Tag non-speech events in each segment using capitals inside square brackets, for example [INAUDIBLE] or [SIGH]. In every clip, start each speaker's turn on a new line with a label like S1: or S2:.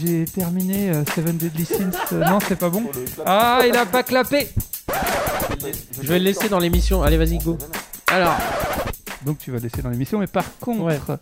S1: J'ai terminé euh, Seven Deadly Sins. Euh, non, c'est pas bon. Ah, il a pas clapé
S2: Je vais le laisser dans l'émission. Allez, vas-y, go. Alors,
S1: Donc tu vas laisser dans l'émission. Mais par contre,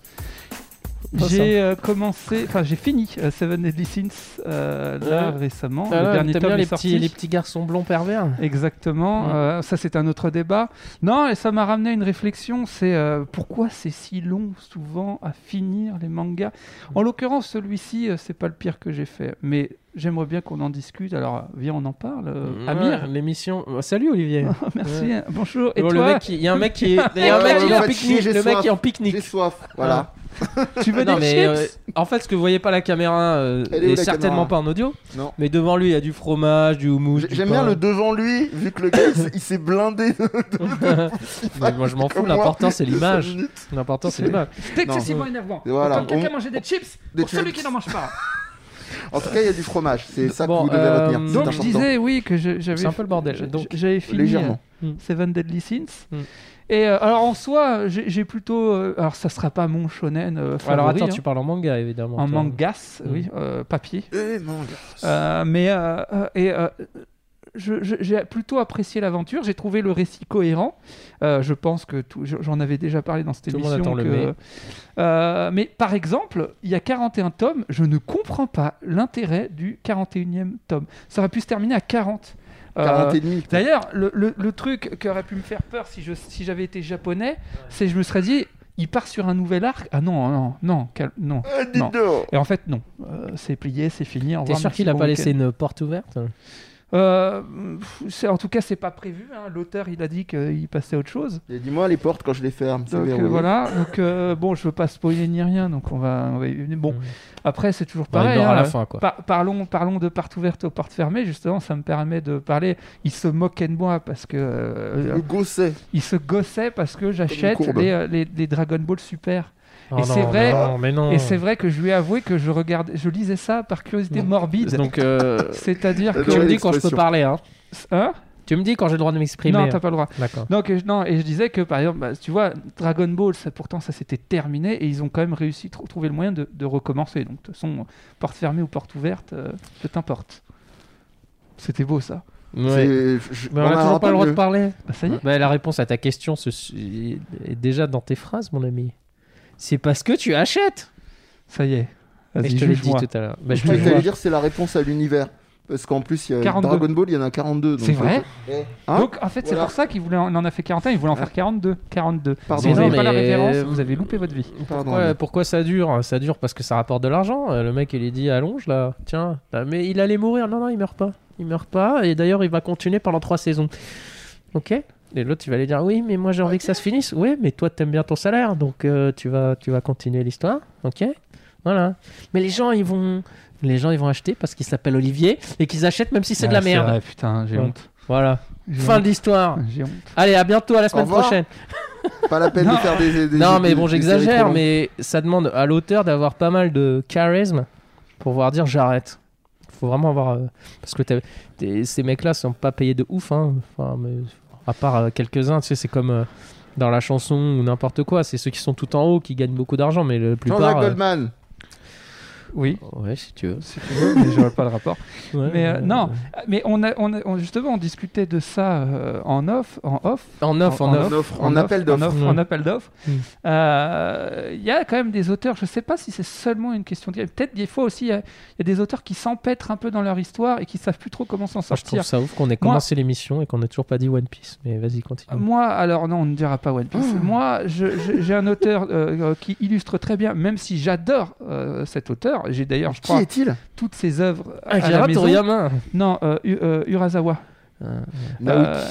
S2: Ouais.
S1: j'ai euh, commencé, enfin j'ai fini euh, Seven Deadly Sins euh, là
S2: Ouais.
S1: récemment.
S2: ah
S1: le
S2: là,
S1: dernier
S2: t'aimes
S1: tome
S2: bien
S1: est
S2: les
S1: sorti.
S2: petits, les petits garçons blonds pervers
S1: Exactement,
S2: Ouais.
S1: euh, ça c'est un autre débat. Non, et ça m'a ramené à une réflexion, c'est euh, pourquoi c'est si long souvent à finir les mangas. En l'occurrence, celui-ci, euh, c'est pas le pire que j'ai fait, mais j'aimerais bien qu'on en discute. Alors, viens, on en parle. euh,
S2: Ouais,
S1: Amir,
S2: l'émission. Oh, salut Olivier.
S1: merci,
S2: Ouais.
S1: bonjour. Et
S2: Bon,
S1: toi,
S2: le mec, il y a un mec qui est, il y a un
S1: Ouais,
S2: mec
S1: ouais,
S2: qui est
S1: ouais,
S2: en
S1: ouais,
S2: pique-nique.
S3: j'ai
S2: Le mec
S3: soif.
S2: est en pique-nique.
S3: J'ai soif,
S2: Ah, [LAUGHS]
S3: voilà.
S1: tu veux
S2: Non,
S1: des
S2: mais,
S1: chips
S2: euh, en fait, ce que vous voyez pas la caméra, euh,
S3: Elle est où,
S2: et
S3: la
S2: certainement
S3: caméra
S2: pas en audio.
S3: Non.
S2: Mais devant lui, il y a du fromage, du houmous.
S3: J'ai-
S2: du
S3: J'aime
S2: pain.
S3: bien
S2: [LAUGHS]
S3: [LAUGHS] le devant lui, vu que le gars il s'est- il s'est blindé de
S2: Mais moi, je m'en fous.
S3: Comme moi.
S2: L'important,
S3: [LAUGHS]
S2: c'est l'image.
S3: minutes.
S2: L'important, c'est l'image.
S1: C'est excessivement énervant.
S3: Voilà,
S1: Autant quelqu'un
S3: on-
S1: manger des chips
S3: des
S1: pour celui
S3: chips.
S1: qui n'en mange pas.
S3: En tout cas, il y a du fromage, c'est ça
S2: Bon,
S3: que vous devez
S2: euh,
S3: retenir. c'est
S1: Donc je
S3: important.
S1: disais oui que je- j'avais
S2: C'est un peu le bordel,
S1: je-
S2: donc,
S1: j'avais fini
S3: légèrement.
S1: euh,
S2: Mm.
S1: Seven Deadly Sins.
S2: Mm.
S1: Et euh, alors en soi, j'ai j'ai plutôt euh, alors ça sera pas mon shonen euh,
S2: Alors,
S1: favori,
S2: attends,
S1: hein,
S2: tu parles en manga, évidemment.
S1: en
S2: toi.
S1: mangas,
S2: Mm.
S1: oui, euh, papier.
S3: Eh, non, gars.
S1: Euh, mais euh, euh, et euh, je- je- j'ai plutôt apprécié l'aventure. J'ai trouvé le récit cohérent. Euh, je pense que tout- je- j'en avais déjà parlé dans cette
S2: Tout le monde
S1: émission.
S2: attend le
S1: que-
S2: mai.
S1: Euh, mais par exemple, il y a 41 tomes. Je ne comprends pas l'intérêt du 41e tome. Ça aurait pu se terminer à 40. Euh,
S3: 40 et demi.
S1: D'ailleurs, le, le- le truc qui aurait pu me faire peur si je si j'avais été japonais, c'est je me serais dit, il part sur un nouvel arc. Ah non, non, non, cal- non.
S3: Ah, dites
S1: non.
S3: donc.
S1: Et en fait, non. Euh, c'est plié, c'est fini. au
S2: T'es
S1: revoir,
S2: sûr
S1: merci,
S2: qu'il a
S1: bon
S2: pas
S1: week-end.
S2: laissé une porte ouverte
S1: Euh, pff, c'est- en tout cas, c'est pas prévu. hein. L'auteur, il a dit qu'il passait à autre chose.
S3: Il a dit moi les portes quand je les ferme. c'est
S1: Donc euh,
S3: verrouillé.
S1: voilà. Donc euh, bon, je veux pas spoiler ni rien. Donc on va, on va y venir. Bon,
S2: Mm.
S1: après, c'est toujours
S2: Bah,
S1: pareil.
S2: Il dort à
S1: hein.
S2: la fin, quoi.
S1: Par- parlons, parlons de portes ouvertes aux portes fermées. Justement, ça me permet de parler. Il se moquait de moi parce que euh,
S3: Le gosset.
S1: il se gossait parce que j'achète
S3: courbe.
S1: les, euh, les- les Dragon Ball Super.
S2: Oh
S1: et
S2: non,
S1: c'est
S2: mais
S1: vrai-
S2: non, mais non.
S1: Et c'est vrai que je lui ai avoué que je regardais, je lisais ça par curiosité
S2: Non.
S1: morbide.
S2: Donc, euh,
S1: C'est-à-dire
S3: Euh,
S1: que
S2: tu me
S3: Quelle
S2: dis quand je peux
S3: expression.
S2: parler, hein
S1: hein
S2: Tu me dis quand j'ai le droit de m'exprimer.
S1: non,
S2: hein.
S1: t'as pas le droit.
S2: D'accord.
S1: Donc, et je, non, et je disais que par exemple, bah, tu vois, Dragon Ball, ça, pourtant ça s'était terminé et ils ont quand même réussi à tr- trouver le moyen de, de recommencer. Donc, de toute façon, porte fermée ou porte ouverte, euh, peu t'importe. C'était beau ça.
S2: Ouais.
S3: C'est- je-
S2: Mais on a toujours pas le droit de
S3: mieux.
S2: parler.
S1: Bah, ça y est.
S2: Bah, la réponse à ta question se su- est déjà dans tes phrases, mon ami. C'est parce que tu achètes.
S1: Ça y est.
S2: Et je te l'ai dit tout à l'heure. Bah, je
S3: Je
S2: te
S3: crois que t'allais
S2: vois.
S3: dire c'est la réponse à l'univers. Parce qu'en plus, il y a
S1: 42.
S3: Dragon Ball, il y en a 42. donc
S1: C'est
S3: faut-
S1: vrai
S3: Eh, hein
S1: Donc en fait, c'est
S3: Voilà.
S1: pour ça qu'il voulait en, il en a fait 41, il voulait en faire 42. 42.
S3: Pardon,
S1: si vous
S3: mais-
S1: n'avez pas la
S2: mais-
S1: référence, Ah. vous avez loupé votre vie.
S3: Pardon.
S2: Ouais, pourquoi ça dure Ça dure parce que ça rapporte de l'argent. Euh, Le mec, il est dit allonge là. Tiens, Ah, mais il allait mourir. Non, non, il meurt pas. Il meurt pas. Et d'ailleurs, il va continuer pendant trois saisons. Ok Et l'autre, il va lui dire oui, mais moi j'ai envie que ça se finisse. Oui, mais toi, t'aimes bien ton salaire, donc euh, tu vas, tu vas continuer l'histoire. Ok Voilà. Mais les gens, ils vont, les gens, ils vont acheter parce qu'ils s'appellent Olivier et qu'ils achètent même si Ah, c'est de la merde.
S1: Ah, putain, j'ai
S2: Ouais.
S1: honte.
S2: Voilà.
S1: J'ai
S2: Fin
S1: honte.
S2: de l'histoire.
S1: J'ai honte.
S2: Allez, à bientôt, à la semaine
S3: revoir.
S2: prochaine.
S3: Pas la peine de
S1: Non.
S3: faire des. des- des-
S2: Non,
S3: des-
S2: mais bon,
S3: des séries trop
S2: j'exagère,
S3: longues.
S2: mais ça demande à l'auteur d'avoir pas mal de charisme pour pouvoir dire j'arrête. Faut vraiment avoir. euh, parce que t'as- t'es- ces mecs-là sont pas payés de ouf, hein. Enfin, mais- à part euh, quelques-uns, tu sais, c'est comme euh, dans la chanson ou n'importe quoi. C'est ceux qui sont tout en haut qui gagnent beaucoup d'argent, mais la
S3: Jean-Jacques
S2: plupart. euh,
S3: Goldman.
S1: Oui,
S2: Ouais, si tu veux.
S1: si tu veux, mais j'aurais pas le rapport.
S2: Ouais,
S1: Mais euh,
S2: ouais,
S1: non,
S2: ouais.
S1: mais on a, on a- on- justement, on discutait de ça euh, en off, en off.
S2: En off, en, off.
S3: offre, en appel d'offres.
S1: En, offre,
S2: Mm.
S1: en appel d'offres.
S2: Mm.
S1: Euh, Il y a quand même des auteurs, je ne sais pas si c'est seulement une question de... Peut-être des fois aussi, il y, a- il y a des auteurs qui s'empêtrent un peu dans leur histoire et qui savent plus trop comment s'en
S2: Moi, Ah, je
S1: sortir.
S2: trouve ça ouf qu'on ait commencé l'émission et qu'on ait toujours pas dit One Piece. Mais vas-y, continue.
S1: Moi, alors non, on ne dira pas One Piece.
S3: Ah.
S1: Moi, je- je- j'ai un auteur euh, euh, qui illustre très bien, même si j'adore euh, cet auteur. J'ai d'ailleurs, je
S3: Qui
S1: crois,
S3: est-il
S2: Euh,
S1: toutes ses œuvres à-
S2: Ah,
S1: à la
S2: Gérard
S1: maison.
S2: Toriyama.
S1: Non, euh, U- euh, Urasawa. Euh,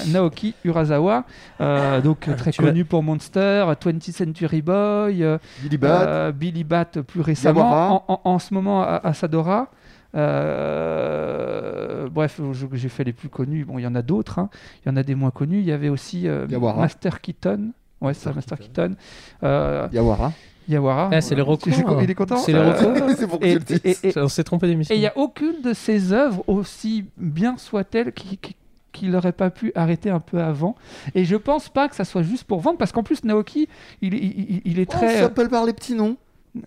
S1: Naoki Urasawa, euh, donc
S3: Ah,
S1: euh, très
S2: Tu
S1: connu pour Monster, 20th Century Boy, euh,
S3: Billy Bat.
S1: euh, Billy Bat plus récemment,
S3: Yamara.
S1: en, en- en ce moment à, à Sadora. Euh, bref, je- j'ai fait les plus connus. Bon, il y en a d'autres, hein. il y en a des moins connus. Il y avait aussi euh,
S3: Yawara.
S1: Master Keaton. Ouais, c'est ça, Master Keaton. Euh,
S3: Yawara.
S1: Yawara.
S2: Ah, c'est les recours.
S1: Il est co- il est content
S2: C'est les
S1: Euh,
S2: recours.
S3: hein. [LAUGHS] C'est pour que
S1: et-
S3: tu le dises.
S1: et- et-
S2: On s'est trompé d'émission.
S1: et il n'y a aucune de ses œuvres, aussi bien soit-elle, qui- qui- qu'il n'aurait pas pu arrêter un peu avant. Et je pense pas que ça soit juste pour vendre, parce qu'en plus, Naoki, il, il- il- il est
S3: Oh, On
S1: très. euh,
S3: s'appelle par les petits noms.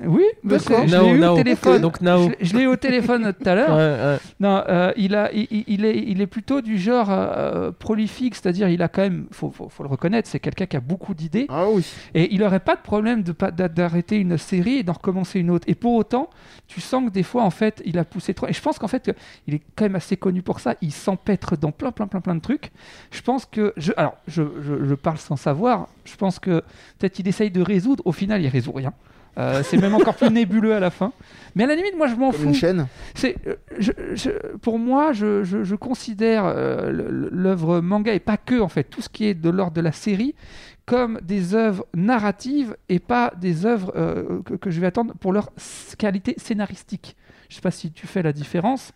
S1: Oui, mais
S3: D'accord.
S1: c'est- je
S2: Nao,
S1: l'ai eu
S2: Nao.
S1: au téléphone.
S2: Donc Nao.
S1: Je- Je l'ai eu au téléphone tout à l'heure.
S2: Ouais,
S1: Non, euh, il, a, il, il- il est, il est plutôt du genre euh, prolifique, c'est-à-dire il a quand même, faut, faut, faut le reconnaître, c'est quelqu'un qui a beaucoup d'idées
S3: Ah oui.
S1: et il n'aurait pas de problème de pas- d'a- d'arrêter une série et d'en recommencer une autre. Et pour autant, tu sens que des fois, en fait, il a poussé trop. Et je pense qu'en fait, que il est quand même assez connu pour ça. Il s'empêtre dans plein, plein, plein, plein de trucs. Je pense que, je, alors, je, je- je parle sans savoir. Je pense que peut-être il essaye de résoudre. Au final, il résout rien. Euh, c'est même encore plus [LAUGHS] nébuleux à la fin. Mais à la limite, moi, je m'en
S3: Comme une
S1: fous.
S3: chaîne.
S1: C'est, euh, je- je- pour moi, je, je- je considère euh, le- le- l'œuvre manga et pas que en fait tout ce qui est de l'ordre de la série comme des œuvres narratives et pas des œuvres euh, que, que je vais attendre pour leur s- qualité scénaristique. Je sais pas si tu fais la différence.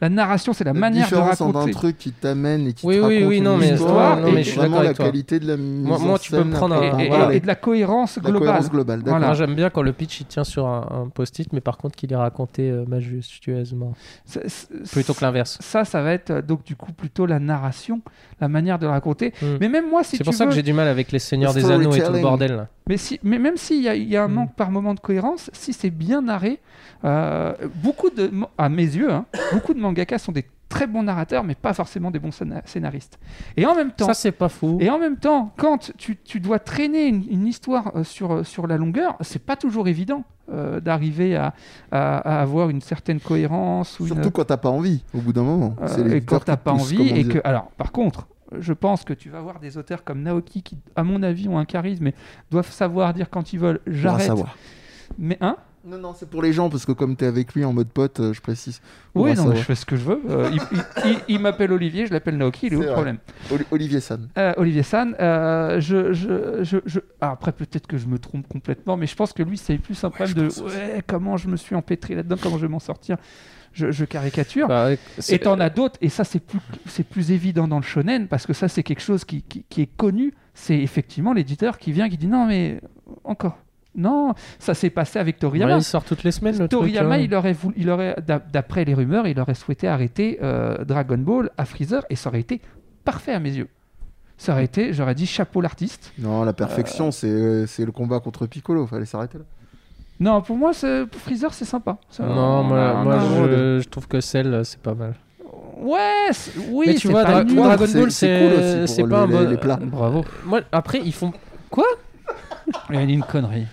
S1: La narration, c'est la,
S3: La
S1: manière de
S3: différence entre
S1: raconter.
S3: un truc qui t'amène et qui
S2: Oui,
S3: te
S2: oui,
S3: raconte
S2: oui,
S3: une
S2: non,
S1: mais-
S3: histoire
S1: ouais, non,
S3: et
S1: mais je suis
S2: d'accord
S3: vraiment la
S2: avec toi.
S3: qualité de la mise
S2: Moi-
S3: en
S2: moi, tu peux
S3: scène,
S2: me prendre
S3: la-
S1: Et,
S2: un-
S1: et-
S3: voilà,
S1: et de la cohérence
S3: la
S1: globale.
S3: cohérence globale. d'accord.
S1: Voilà.
S2: Moi, j'aime bien quand le pitch il tient sur un, un post-it, mais par contre qu'il est raconté euh, majestueusement.
S1: C'est- c'est-
S2: Plutôt que l'inverse.
S1: ça, ça va être euh, donc du coup plutôt la narration, la manière de la raconter.
S2: Mm.
S1: Mais même moi, si
S2: c'est
S1: tu
S2: pour ça
S1: veux-
S2: que j'ai du mal avec les Seigneurs
S3: Le
S2: des Anneaux et tout le
S3: storytelling.
S2: bordel. là.
S1: Mais, si, mais même s'il y a, il y a un
S2: Mm.
S1: manque par moment de cohérence, si c'est bien narré, euh, beaucoup de, ma- à mes yeux, hein, beaucoup de mangakas sont des très bons narrateurs, mais pas forcément des bons scéna- scénaristes. Et en même temps,
S2: Ça, c'est pas fou.
S1: et en même temps, quand tu, tu dois traîner une, une histoire euh, sur, euh, sur la longueur, c'est pas toujours évident euh, d'arriver à, à- à avoir une certaine cohérence ou une-
S3: Surtout quand t'as pas envie, au bout d'un moment.
S1: euh,
S3: C'est les
S1: et quand
S3: lecteurs qui
S1: t'as pas
S3: poussent,
S1: envie
S3: comme on
S1: et
S3: dit.
S1: que alors par contre je pense que tu vas voir des auteurs comme Naoki qui à mon avis ont un charisme mais doivent savoir dire quand ils veulent
S3: Pour un
S1: j'arrête
S3: savoir.
S1: mais hein
S3: Non, non, c'est pour les gens, parce que comme t'es avec lui en mode pote, euh, je précise. Pour
S1: oui
S3: un
S1: non mais je
S3: savoir.
S1: fais ce que je veux Euh, il, il- il- il m'appelle Olivier je l'appelle Naoki il est où
S3: C'est
S1: le
S3: vrai.
S1: problème
S3: Oli- Olivier San.
S1: Euh, Olivier San euh, je, je, je, je- ah, après peut-être que je me trompe complètement mais je pense que lui c'est plus un problème de ouais comment je me suis empêtré là-dedans comment je vais m'en sortir je, je caricature
S2: Bah, ouais,
S1: Et
S2: c'est-
S1: t'en as d'autres, et ça c'est plus, c'est plus évident dans le shonen, parce que ça c'est quelque chose qui, qui- qui est connu, c'est effectivement l'éditeur qui vient qui dit non mais encore, non, ça s'est passé avec Toriyama.
S2: Ouais, bah, il sort toutes les semaines le
S1: Toriyama,
S2: truc. hein.
S1: il aurait, voulu- il aurait, d'a- d'après les rumeurs, il aurait souhaité arrêter euh, Dragon Ball à Freezer, et ça aurait été parfait à mes yeux. Ça aurait été, j'aurais dit chapeau l'artiste.
S3: Non, la perfection, c'est, euh, c'est le combat contre Piccolo, fallait s'arrêter là.
S1: Non, pour moi, c'est- Freezer c'est sympa. Ça,
S2: Non,
S1: on
S2: moi,
S1: a-
S2: moi,
S1: on a-
S2: je, je trouve que celle, euh, c'est pas mal.
S1: Ouais, c'est- oui,
S2: mais tu
S1: Euh, c'est
S2: vois,
S1: pas
S2: Dra-
S1: nul.
S3: Moi,
S2: Dragon
S3: c'est-
S2: Ball,
S3: c'est
S2: c'est
S3: cool aussi
S2: c'est
S3: pour
S2: pas un
S3: les-
S2: bon.
S3: les plats.
S1: Bravo.
S2: Moi, après, ils font.
S1: Il y a une connerie.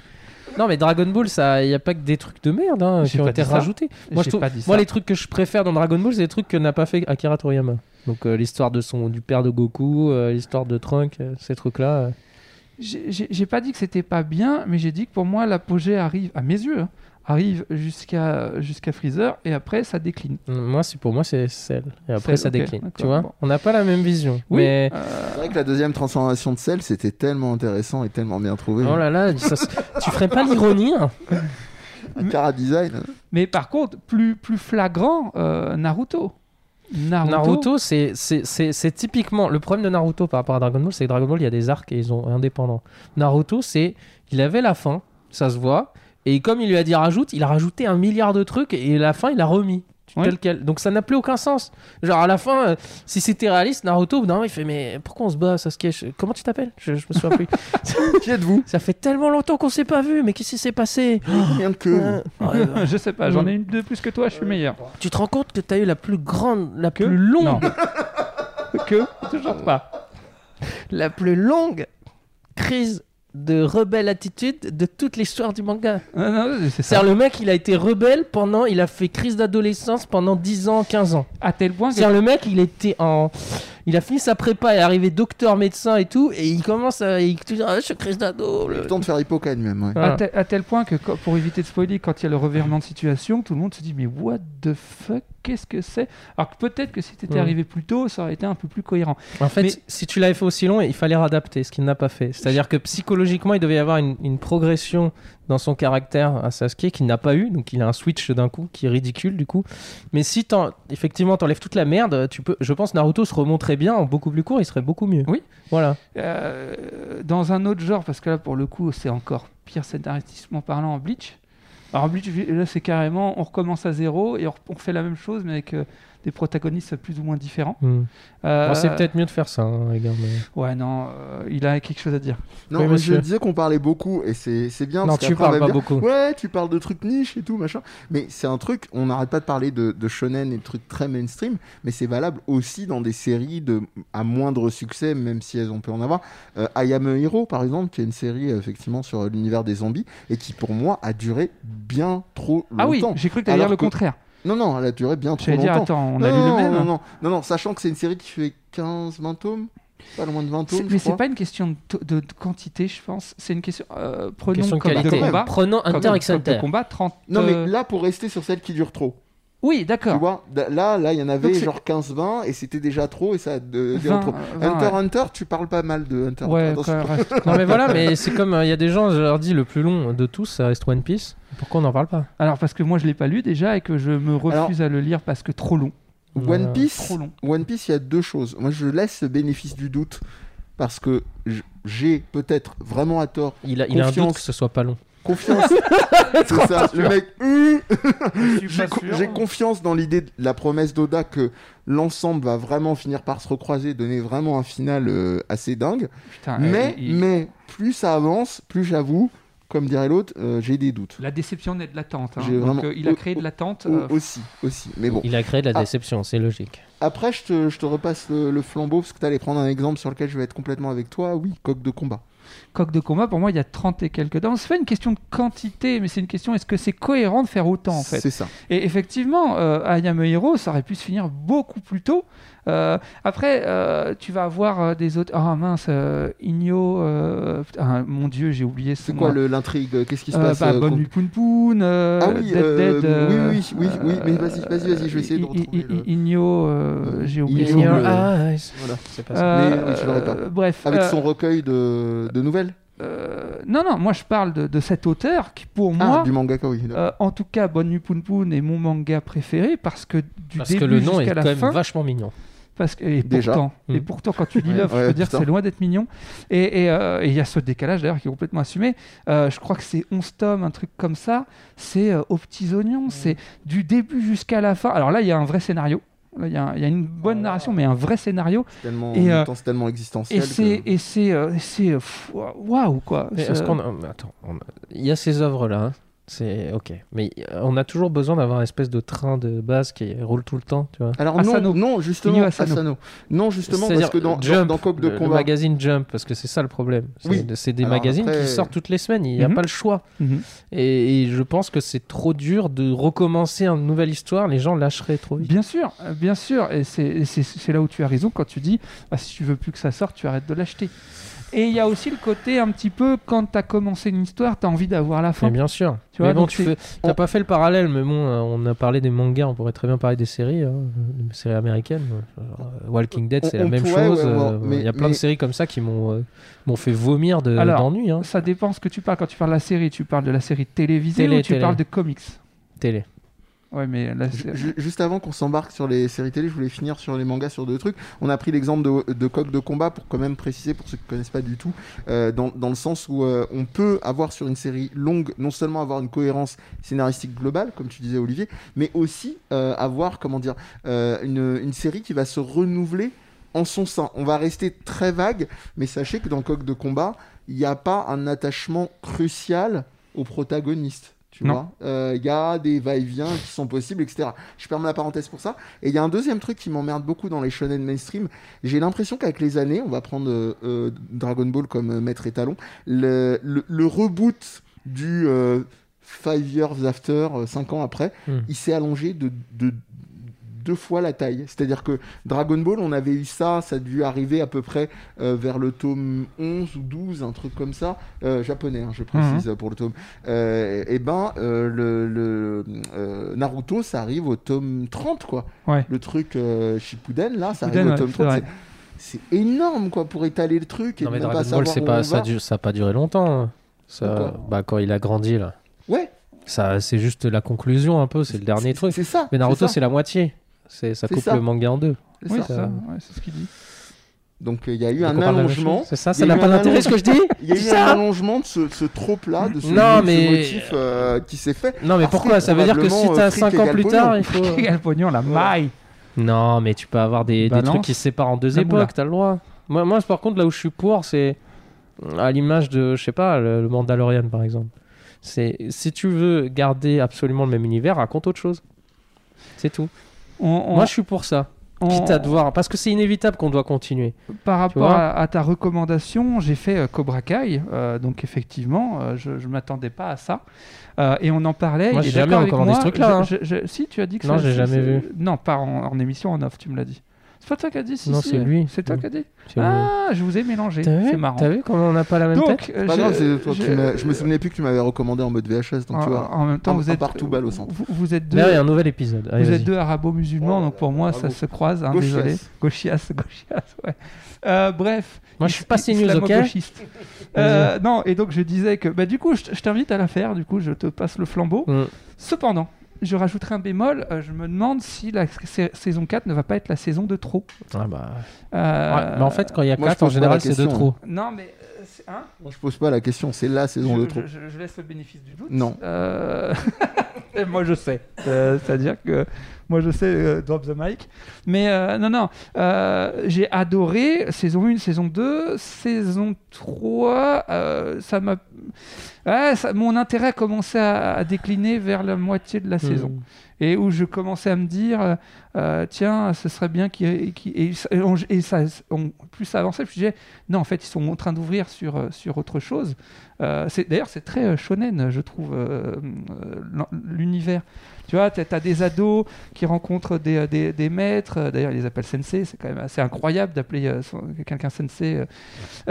S2: Non, mais Dragon Ball, ça, il y a pas que des trucs de merde hein,
S1: J'ai
S2: qui ont
S1: pas
S2: été
S1: dit ça.
S2: rajoutés. Moi, je
S1: J'ai
S2: trouve-
S1: pas dit
S2: moi,
S1: ça.
S2: les trucs que je préfère dans Dragon Ball, c'est des trucs que n'a pas fait Akira Toriyama. Donc euh, l'histoire de son du père de Goku, euh, l'histoire de Trunks, euh, ces trucs-là. euh.
S1: J'ai j'ai- j'ai pas dit que c'était pas bien, mais j'ai dit que pour moi, l'apogée arrive, à mes yeux, hein, arrive jusqu'à jusqu'à Freezer et après ça décline.
S2: Moi, c'est pour moi, c'est celle. Et
S1: Cell,
S2: après, ça
S1: ok,
S2: décline.
S1: d'accord,
S2: Tu vois,
S1: bon.
S2: on n'a pas la même vision.
S1: Oui.
S2: Mais
S1: Euh,
S3: C'est vrai que la deuxième transformation de Cell, c'était tellement intéressant et tellement bien trouvé.
S2: oh là là, ça se- tu ferais pas l'ironie hein
S3: Un cara design.
S1: mais par contre, plus, plus flagrant, euh, Naruto. Naruto.
S2: Naruto, c'est- c'est c'est- c'est typiquement le problème de Naruto par rapport à Dragon Ball, c'est que Dragon Ball, il y a des arcs et ils ont indépendants. Naruto, c'est il avait la fin, ça se voit, et comme il lui a dit rajoute, il a rajouté un milliard de trucs et la fin, il l'a remis.
S1: Ouais.
S2: Tel quel. Donc ça n'a plus aucun sens. Genre à la fin, euh, si c'était réaliste, Naruto, non, il fait mais pourquoi on se bat, Sasuke Je- Comment tu t'appelles je, je me souviens
S1: [LAUGHS]
S2: plus.
S3: Qui êtes-vous
S2: Ça fait tellement longtemps qu'on s'est pas vu, mais qu'est-ce qui s'est
S1: [LAUGHS]
S2: passé
S3: Rien que. vous.
S2: Euh, ouais, bah,
S1: je sais pas, j'en ai une de plus que toi, je suis meilleur.
S2: Tu te rends compte que t'as eu la plus grande, la
S1: Que
S2: plus longue
S1: Non. [LAUGHS] que Toujours pas.
S2: la plus longue crise de rebelle attitude de toute l'histoire du manga.
S1: Non, non, c'est ça.
S2: C'est-à-dire le mec, il a été rebelle pendant, il a fait crise d'adolescence pendant 10 ans, 15 ans.
S1: À tel point que.
S2: C'est-à-dire le mec, il était en... Il a fini sa prépa, il est arrivé docteur, médecin et tout, et il commence à... Il te dit, ah, je suis crise d'ado.
S3: Le
S2: le-
S3: temps de faire Hippocane, même. ouais.
S2: Ah.
S1: À, tel, à tel point que, quand- pour éviter de spoiler, quand il y a le revirement de situation, tout le monde se dit Mais what the fuck Qu'est-ce que c'est Alors que peut-être que si t'étais
S2: Mm.
S1: arrivé plus tôt, ça aurait été un peu plus cohérent.
S2: En fait,
S1: Mais-
S2: si tu l'avais fait aussi long, il fallait réadapter, ce qu'il n'a pas fait. C'est-à-dire que psychologiquement, il devait y avoir une, une progression dans son caractère à Sasuke qu'il n'a pas eu, donc il a un switch d'un coup qui est ridicule du coup. Mais si t'en- effectivement t'enlèves toute la merde, tu peux, je pense Naruto se remonterait bien en beaucoup plus court, il serait beaucoup mieux.
S1: Oui.
S2: Voilà.
S1: Euh, dans un autre genre, parce que là pour le coup c'est encore pire scénaristiquement parlant en Bleach, Alors Bleach, là, c'est carrément, on recommence à zéro et on, on fait la même chose, mais avec euh, des protagonistes plus ou moins différents.
S2: Hmm.
S1: Euh,
S2: Bon, c'est peut-être mieux de faire ça, hein, les gars, mais-
S1: Ouais, non, euh, il a quelque chose à dire.
S3: Non,
S2: Oui,
S3: mais je
S2: monsieur.
S3: disais qu'on parlait beaucoup et c'est c'est bien.
S2: Non,
S3: parce
S2: tu
S3: qu'après, on
S2: parles
S3: va
S2: pas
S3: me dire,
S2: beaucoup.
S3: Ouais, tu parles de trucs niches et tout, machin. Mais c'est un truc, on n'arrête pas de parler de, de shonen et de trucs très mainstream, mais c'est valable aussi dans des séries de, à moindre succès, même si elles, on peut en avoir. Euh, I Am a Hero, par exemple, qui est une série euh, effectivement sur l'univers des zombies et qui, pour moi, a duré bien trop longtemps.
S1: Ah oui, j'ai cru que t'allais
S3: Alors
S1: dire le
S3: que-
S1: contraire.
S3: Non, non, elle a duré bien trop
S1: J'allais dire,
S3: longtemps.
S1: attends, on
S3: non,
S1: a lu
S3: non,
S1: le même. hein.
S3: non, non, non, non, sachant que c'est une série qui fait 15, 20 tomes, pas loin de 20
S1: C'est-
S3: tomes. je
S1: mais c'est
S3: crois.
S1: pas une question de, to- de- de quantité, je pense. C'est une question. euh, prenons
S2: Question de
S1: comme
S2: qualité.
S1: de combat.
S4: Prenons
S1: comme-
S4: Hunter x
S1: comme de
S4: Hunter.
S1: combat, 30.
S3: Non,
S1: euh,
S3: mais là, pour rester sur celle qui dure trop.
S1: Oui,
S3: Tu
S1: d'accord.
S3: vois, d- là, là, il y en avait
S1: Donc c'est-
S3: genre 15-20 et c'était déjà trop et ça a de- duré
S1: 20,
S3: trop.
S1: euh, 20,
S3: Hunter
S1: ouais.
S3: Hunter, tu parles pas mal de Hunter
S1: Ouais,
S3: Hunter. Attention.
S1: quand même, reste-
S2: Non mais voilà, mais c'est comme euh, il y a des gens, je leur dis le plus long de tous, ça reste One Piece. Pourquoi on n'en parle pas
S1: Alors, parce que moi, je l'ai pas lu déjà et que je me refuse à le lire parce que trop long.
S3: One
S2: Euh,
S3: Piece,
S1: Trop long.
S3: One Piece, il y a deux choses. Moi, je laisse le bénéfice du doute parce que j- j'ai peut-être vraiment à tort
S2: Il a, il a un doute
S3: Confiance.
S2: que ce soit pas long.
S1: [LAUGHS]
S3: confiance. C'est ça, le mec. Hum, J'ai con- j'ai confiance dans l'idée de la promesse d'Oda que l'ensemble va vraiment finir par se recroiser, donner vraiment un final euh, assez dingue.
S1: Putain,
S3: mais,
S1: Ah, il- il-
S3: mais plus ça avance, plus j'avoue, comme dirait l'autre, euh, j'ai des doutes.
S1: La déception naît de l'attente. hein.
S3: J'ai
S1: Donc,
S3: vraiment-
S1: euh, il a créé de l'attente.
S3: Au-
S1: euh,
S3: aussi, aussi. Mais bon.
S2: Il a créé de la
S3: Ah.
S2: déception, c'est logique.
S3: Après, je te, je te repasse le, le flambeau parce que t'allais prendre un exemple sur lequel je vais être complètement avec toi. Oui, coq de combat.
S1: coq de combat, pour moi, il y a 30 et quelques dents. C'est pas une question de quantité, mais c'est une question est-ce que c'est cohérent de faire autant en fait
S3: C'est ça.
S1: Et effectivement, euh, I Am a Hero, ça aurait pu se finir beaucoup plus tôt. Euh, après, euh, tu vas avoir euh, des autres. Ah mince, euh, Igno. euh, putain, mon dieu, j'ai oublié
S3: C'est quoi
S1: nom.
S3: le- l'intrigue Qu'est-ce qui se
S1: Euh,
S3: passe
S1: bah,
S3: euh,
S1: Bonne
S3: contre-
S1: nuit Poun Poun, euh,
S3: Ah oui,
S1: Dead
S3: euh,
S1: Dead. euh,
S3: oui, oui, oui, oui, mais vas-y, vas-y, vas-y, je vais essayer de
S1: I- I-
S3: retrouver le-
S1: Igno, euh, j'ai oublié.
S3: Igno,
S1: son nom.
S3: euh,
S2: Voilà, c'est pas ça.
S1: Euh,
S3: Mais oui, je l'aurais pas.
S1: euh, bref.
S3: Avec
S1: euh,
S3: son recueil de, de nouvelles
S1: euh, non, non, moi je parle de, de cet auteur qui, pour
S3: Ah,
S1: moi,
S3: du mangaka, oui. d'accord.
S1: euh, en tout cas, Bonne Nuit Poun Poun est mon manga préféré parce que du
S2: Parce que
S1: début
S2: le nom est
S1: jusqu'à
S2: quand
S1: la
S2: même
S1: fin,
S2: vachement mignon.
S1: Parce que, et,
S3: Déjà.
S1: pourtant, et
S2: Mhm.
S1: pourtant, quand tu lis
S3: Ouais.
S1: l'œuvre,
S3: Ouais,
S1: je peux dire que
S3: putain.
S1: c'est loin d'être mignon. Et et, euh, et il y a ce décalage d'ailleurs qui est complètement assumé. Euh, je crois que c'est 11 tomes, un truc comme ça. C'est euh, aux petits oignons.
S2: Mm.
S1: C'est du début jusqu'à la fin. Alors là, il y a un vrai scénario. Là, Il y, a un- il y a une bonne
S2: Oh.
S1: narration, mais un vrai scénario.
S3: C'est tellement,
S1: et,
S3: en même
S1: euh,
S3: temps, c'est tellement existentiel.
S1: Et
S3: que-
S1: c'est. Et c'est. euh, et c'est, euh, pff, Waouh, quoi.
S2: Mais
S1: C'est-
S2: Est-ce euh, qu'on a- attends, on a- il y a ces œuvres là, c'est ok, mais euh, on a toujours besoin d'avoir un espèce de train de base qui roule tout le temps, tu vois.
S3: Alors
S1: euh, Asano.
S3: non, non, justement,
S1: Inyo Asano.
S3: Asano. Non, justement,
S2: C'est-à-dire
S3: parce que dans,
S2: Jump,
S3: dans, dans Coq de
S2: le, le
S3: combat,
S2: magazine Jump, parce que c'est ça le problème. C'est
S3: Oui.
S2: de- c'est des
S3: Alors
S2: magazines
S3: après-
S2: qui sortent toutes les semaines, il n'y a
S1: Mhm.
S2: pas le choix.
S1: Mhm.
S2: Et, et je pense que c'est trop dur de recommencer une nouvelle histoire, les gens lâcheraient trop vite.
S1: Bien sûr, euh, bien sûr. Et c'est- et c'est c'est là où tu as raison quand tu dis Ah, si tu veux plus que ça sorte, tu arrêtes de l'acheter. Et il y a aussi le côté un petit peu quand tu as commencé une histoire, tu as envie d'avoir la fin.
S2: Mais bien sûr.
S1: Tu vois,
S2: mais bon,
S1: donc
S2: tu
S1: c'est-
S2: fais... t'as pas fait le parallèle, mais bon, euh, on a parlé des mangas, on pourrait très bien parler des séries, hein, des séries américaines. Genre, euh, Walking Dead,
S3: On-
S2: c'est la
S3: on
S2: même
S3: pourrait,
S2: chose.
S3: ouais, ouais,
S2: euh, Il
S3: mais-
S2: y a plein
S3: mais-
S2: de séries comme ça qui m'ont euh, m'ont fait vomir de-
S1: Alors,
S2: d'ennui. hein.
S1: Ça dépend ce que tu parles. Quand tu parles de la série, tu parles de la série télévisée
S2: Télé,
S1: ou tu
S2: télé.
S1: parles de comics
S2: Télé.
S1: Ouais, mais la
S3: ju-
S1: série-
S3: ju- juste avant qu'on s'embarque sur les séries télé, je voulais finir sur les mangas, sur deux trucs. On a pris l'exemple de, de Coq de combat pour quand même préciser, pour ceux qui connaissent pas du tout, euh, dans, dans le sens où euh, on peut avoir sur une série longue, non seulement avoir une cohérence scénaristique globale, comme tu disais Olivier, mais aussi euh, avoir, comment dire, euh, une, une série qui va se renouveler en son sein. On va rester très vague, mais sachez que dans Coq de combat, il n'y a pas un attachement crucial au protagoniste. Tu
S1: Non.
S3: vois, Euh, il y a des va-et-vient qui sont possibles, etc. Je ferme la parenthèse pour ça. Et il y a un deuxième truc qui m'emmerde beaucoup dans les shonen mainstream. J'ai l'impression qu'avec les années, on va prendre euh, euh, Dragon Ball comme euh, maître étalon, le, le- le reboot du 5 years after, 5 ans après,
S2: Hmm.
S3: il s'est allongé de, de deux fois la taille. C'est-à-dire que Dragon Ball, on avait eu ça, ça a dû arriver à peu près euh, vers le tome 11 ou 12, un truc comme ça, Euh, japonais, hein, je précise euh, pour le tome. Euh, et ben, euh, le, le, euh, Naruto, ça arrive au tome 30, quoi.
S1: Ouais.
S3: Le truc euh, Shippuden, là, ça
S1: Shippuden,
S3: arrive au tome
S1: ouais,
S3: 30.
S1: c'est
S3: c'est- C'est énorme, quoi, pour étaler le truc et
S2: Non, mais
S3: de même
S2: Dragon
S3: pas
S2: Ball,
S3: savoir
S2: c'est
S3: où
S2: pas,
S3: on
S2: ça, a
S3: va.
S2: dû- ça a pas duré longtemps. hein. Ça,
S3: Pourquoi
S2: bah, quand il a grandi, là.
S3: Ouais,
S2: Ça, c'est juste la conclusion, un peu, c'est le dernier truc.
S3: C'est ça.
S2: Mais Naruto,
S3: ça,
S2: c'est la moitié. C'est- Ça
S3: C'est
S2: coupe
S3: ça.
S2: le manga en deux.
S3: c'est
S1: Oui,
S3: ça.
S1: c'est ça, ouais, c'est ce qu'il dit.
S3: Donc euh, il y a eu
S2: Donc, on parle
S3: un
S2: de la même
S3: allongement.
S2: chose. C'est ça,
S3: Il y
S2: ça
S3: a
S2: n'a
S3: eu
S2: pas
S3: un
S2: d'intérêt ce que je dis
S3: Il y a
S2: C'est
S3: eu
S2: ça
S3: un allongement de ce, ce trop-là, de ce,
S2: Non,
S3: de ce
S2: mais-
S3: motif euh, qui s'est fait.
S2: Non, mais
S3: Parce
S2: pourquoi
S3: que
S2: Ça veut dire que si
S3: probablement, euh,
S2: t'as
S3: fric
S2: 5 ans
S3: égale
S2: plus
S3: pognon.
S2: tard,
S1: [LAUGHS]
S2: il faut.
S1: Quel pognon, la maille
S2: Non, mais tu peux avoir des, des
S1: Balance.
S2: trucs qui se séparent en deux
S1: La moula.
S2: époques, t'as le droit. Moi, moi, par contre, là où je suis pour, c'est à l'image de, je sais pas, le, le Mandalorian, par exemple. C'est si tu veux garder absolument le même univers, raconte autre chose. C'est tout.
S1: On- on-
S2: Moi, je suis pour ça.
S1: on-
S2: Quitte à devoir, parce que c'est inévitable qu'on doit continuer.
S1: Par rapport
S2: vois
S1: à, à ta recommandation, j'ai fait euh, Cobra Kai, euh, donc effectivement, euh, je ne m'attendais pas à ça. Euh, et on en parlait.
S2: Moi,
S1: il
S2: j'ai
S1: est
S2: jamais
S1: d'accord avec
S2: recommandé
S1: moi,
S2: ce truc-là, hein.
S1: je- je- je- Si, tu as dit que
S2: Non,
S1: ça-
S2: j'ai
S1: c'est-
S2: jamais
S1: c'est-
S2: vu.
S1: Non, pas en, en émission en off, tu me l'as dit. C'est pas toi qui as dit, si,
S2: Non,
S1: si.
S2: c'est lui.
S1: C'est toi
S2: Oui.
S1: qui as dit.
S2: C'est-
S1: Ah, je vous ai mélangé.
S2: T'as vu
S1: C'est marrant.
S2: T'as vu comment on n'a pas la même tête
S1: Donc, euh,
S3: Pas
S1: je-
S3: grave, c'est toi qui
S1: je-
S3: m'as- je me souvenais plus que tu m'avais recommandé en mode VHS, donc
S1: en,
S3: tu vois.
S1: en même temps,
S3: un-
S1: vous
S3: un
S1: êtes
S3: partout balle au centre.
S1: Vous, vous êtes deux.
S2: Là, il y a un nouvel épisode. Allez,
S1: Vous
S2: vas-y.
S1: êtes deux arabo-musulmans,
S3: Oh là
S1: donc pour
S3: là,
S1: moi, ça
S3: bravo.
S1: se croise. Hein,
S3: Gauchias.
S1: désolé. Gauchias, [LAUGHS] gauchias, ouais. Euh, bref.
S2: Moi, je
S1: is-
S2: suis pas CNews, ok
S1: islamo-gauchiste. Euh, non, et donc je disais que, bah, du coup, je, je t'invite à la faire, du coup, je te passe le flambeau.
S2: Mm.
S1: Cependant, je rajouterai un bémol, euh, je me demande si la sa- saison 4 ne va pas être la saison de trop.
S2: Ah bah.
S1: Euh,
S2: Ouais, mais en fait, quand il y a
S3: moi, je
S2: 4, en
S3: pose pas la
S2: général, c'est deux
S3: question.
S2: trop.
S1: Non, mais. euh, c'est- hein
S3: Moi, je pose pas la question, c'est la saison
S1: je,
S3: de trop.
S1: je- je- je laisse le bénéfice du doute.
S3: Non.
S1: Euh, [LAUGHS] moi, je sais. Euh, C'est-à-dire que moi, je sais, euh, drop the mic. Mais euh, non, non. euh, J'ai adoré saison 1, saison 2, saison 3. euh, ça m'a. Ouais, ça- mon intérêt a commencé à, à décliner vers la moitié de la
S2: Hmm.
S1: saison. Et où je commençais à me dire, euh, euh, tiens, ce serait bien qu'il. qu'il- et, ça- et on- et ça, on- plus ça avançait, plus je disais, non, en fait, ils sont en train d'ouvrir sur, euh, sur autre chose. Euh, c'est- D'ailleurs, c'est très euh, shonen, je trouve, euh, euh, l'en- l'univers. Tu vois, t'as as des ados qui rencontrent des, euh, des, des maîtres. euh, D'ailleurs, ils les appellent sensei. C'est quand même assez incroyable d'appeler euh, son- quelqu'un sensei. euh.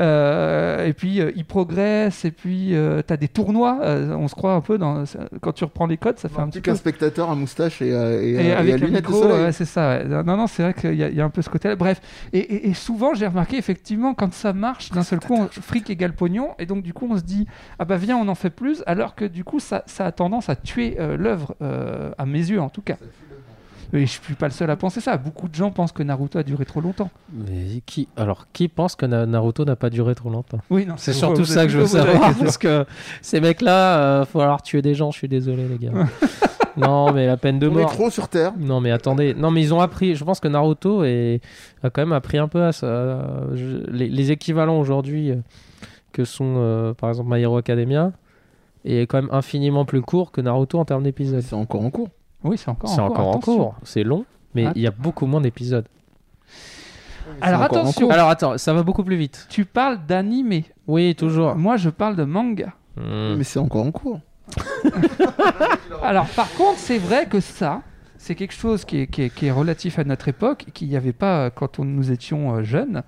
S1: Euh, et puis, euh, ils progressent. Et puis, euh, t'as des tournois. euh, on se croit un peu dans. Quand tu reprends les codes, ça fait un petit peu
S3: Plus qu'un spectateur à moustache et, euh, et, euh,
S1: et
S3: et à
S1: avec un
S3: lunettes de
S1: micro,
S3: soleil.
S1: ouais, c'est ça. ouais. Non, non, c'est vrai qu'il y, a- il y a un peu ce côté-là. Bref, et, et- et souvent, j'ai remarqué effectivement quand ça marche, d'un seul coup, on- fric égale pognon, et donc du coup, on se dit ah bah viens, on en fait plus, alors que du coup, ça, ça a tendance à tuer euh, l'œuvre euh, à mes yeux, en tout cas. Et je suis pas le seul à penser ça. Beaucoup de gens pensent que Naruto a duré trop longtemps.
S2: Mais qui alors qui pense que Na- Naruto n'a pas duré trop longtemps
S1: Oui, non,
S2: C'est surtout ça
S3: [LAUGHS]
S2: que je veux savoir parce que ces mecs-là, euh, faut alors tuer des gens. Je suis désolé les
S3: [LAUGHS]
S2: gars. non mais la peine de
S3: On est
S2: mort.
S3: trop sur Terre.
S2: Non mais attendez, non mais ils ont appris. Je pense que Naruto est- a quand même appris un peu à ça. Je- Les, les équivalents aujourd'hui euh, que sont euh, par exemple My Hero Academia est quand même infiniment plus court que Naruto en termes d'épisodes.
S3: C'est encore en cours.
S1: Oui, c'est encore,
S2: C'est encore en
S1: attention.
S2: cours, c'est long, mais il y a beaucoup moins d'épisodes.
S1: Alors
S3: C'est encore en
S1: attention,
S2: Alors attends, ça va beaucoup plus vite.
S1: tu parles d'animé.
S2: Oui, toujours.
S1: Moi, je parle de manga.
S2: Hmm.
S3: Mais c'est encore en cours.
S1: Alors, par contre, c'est vrai que ça, c'est quelque chose qui est, qui est- qui est relatif à notre époque, qu'il n'y avait pas euh, quand on, nous étions euh, jeunes.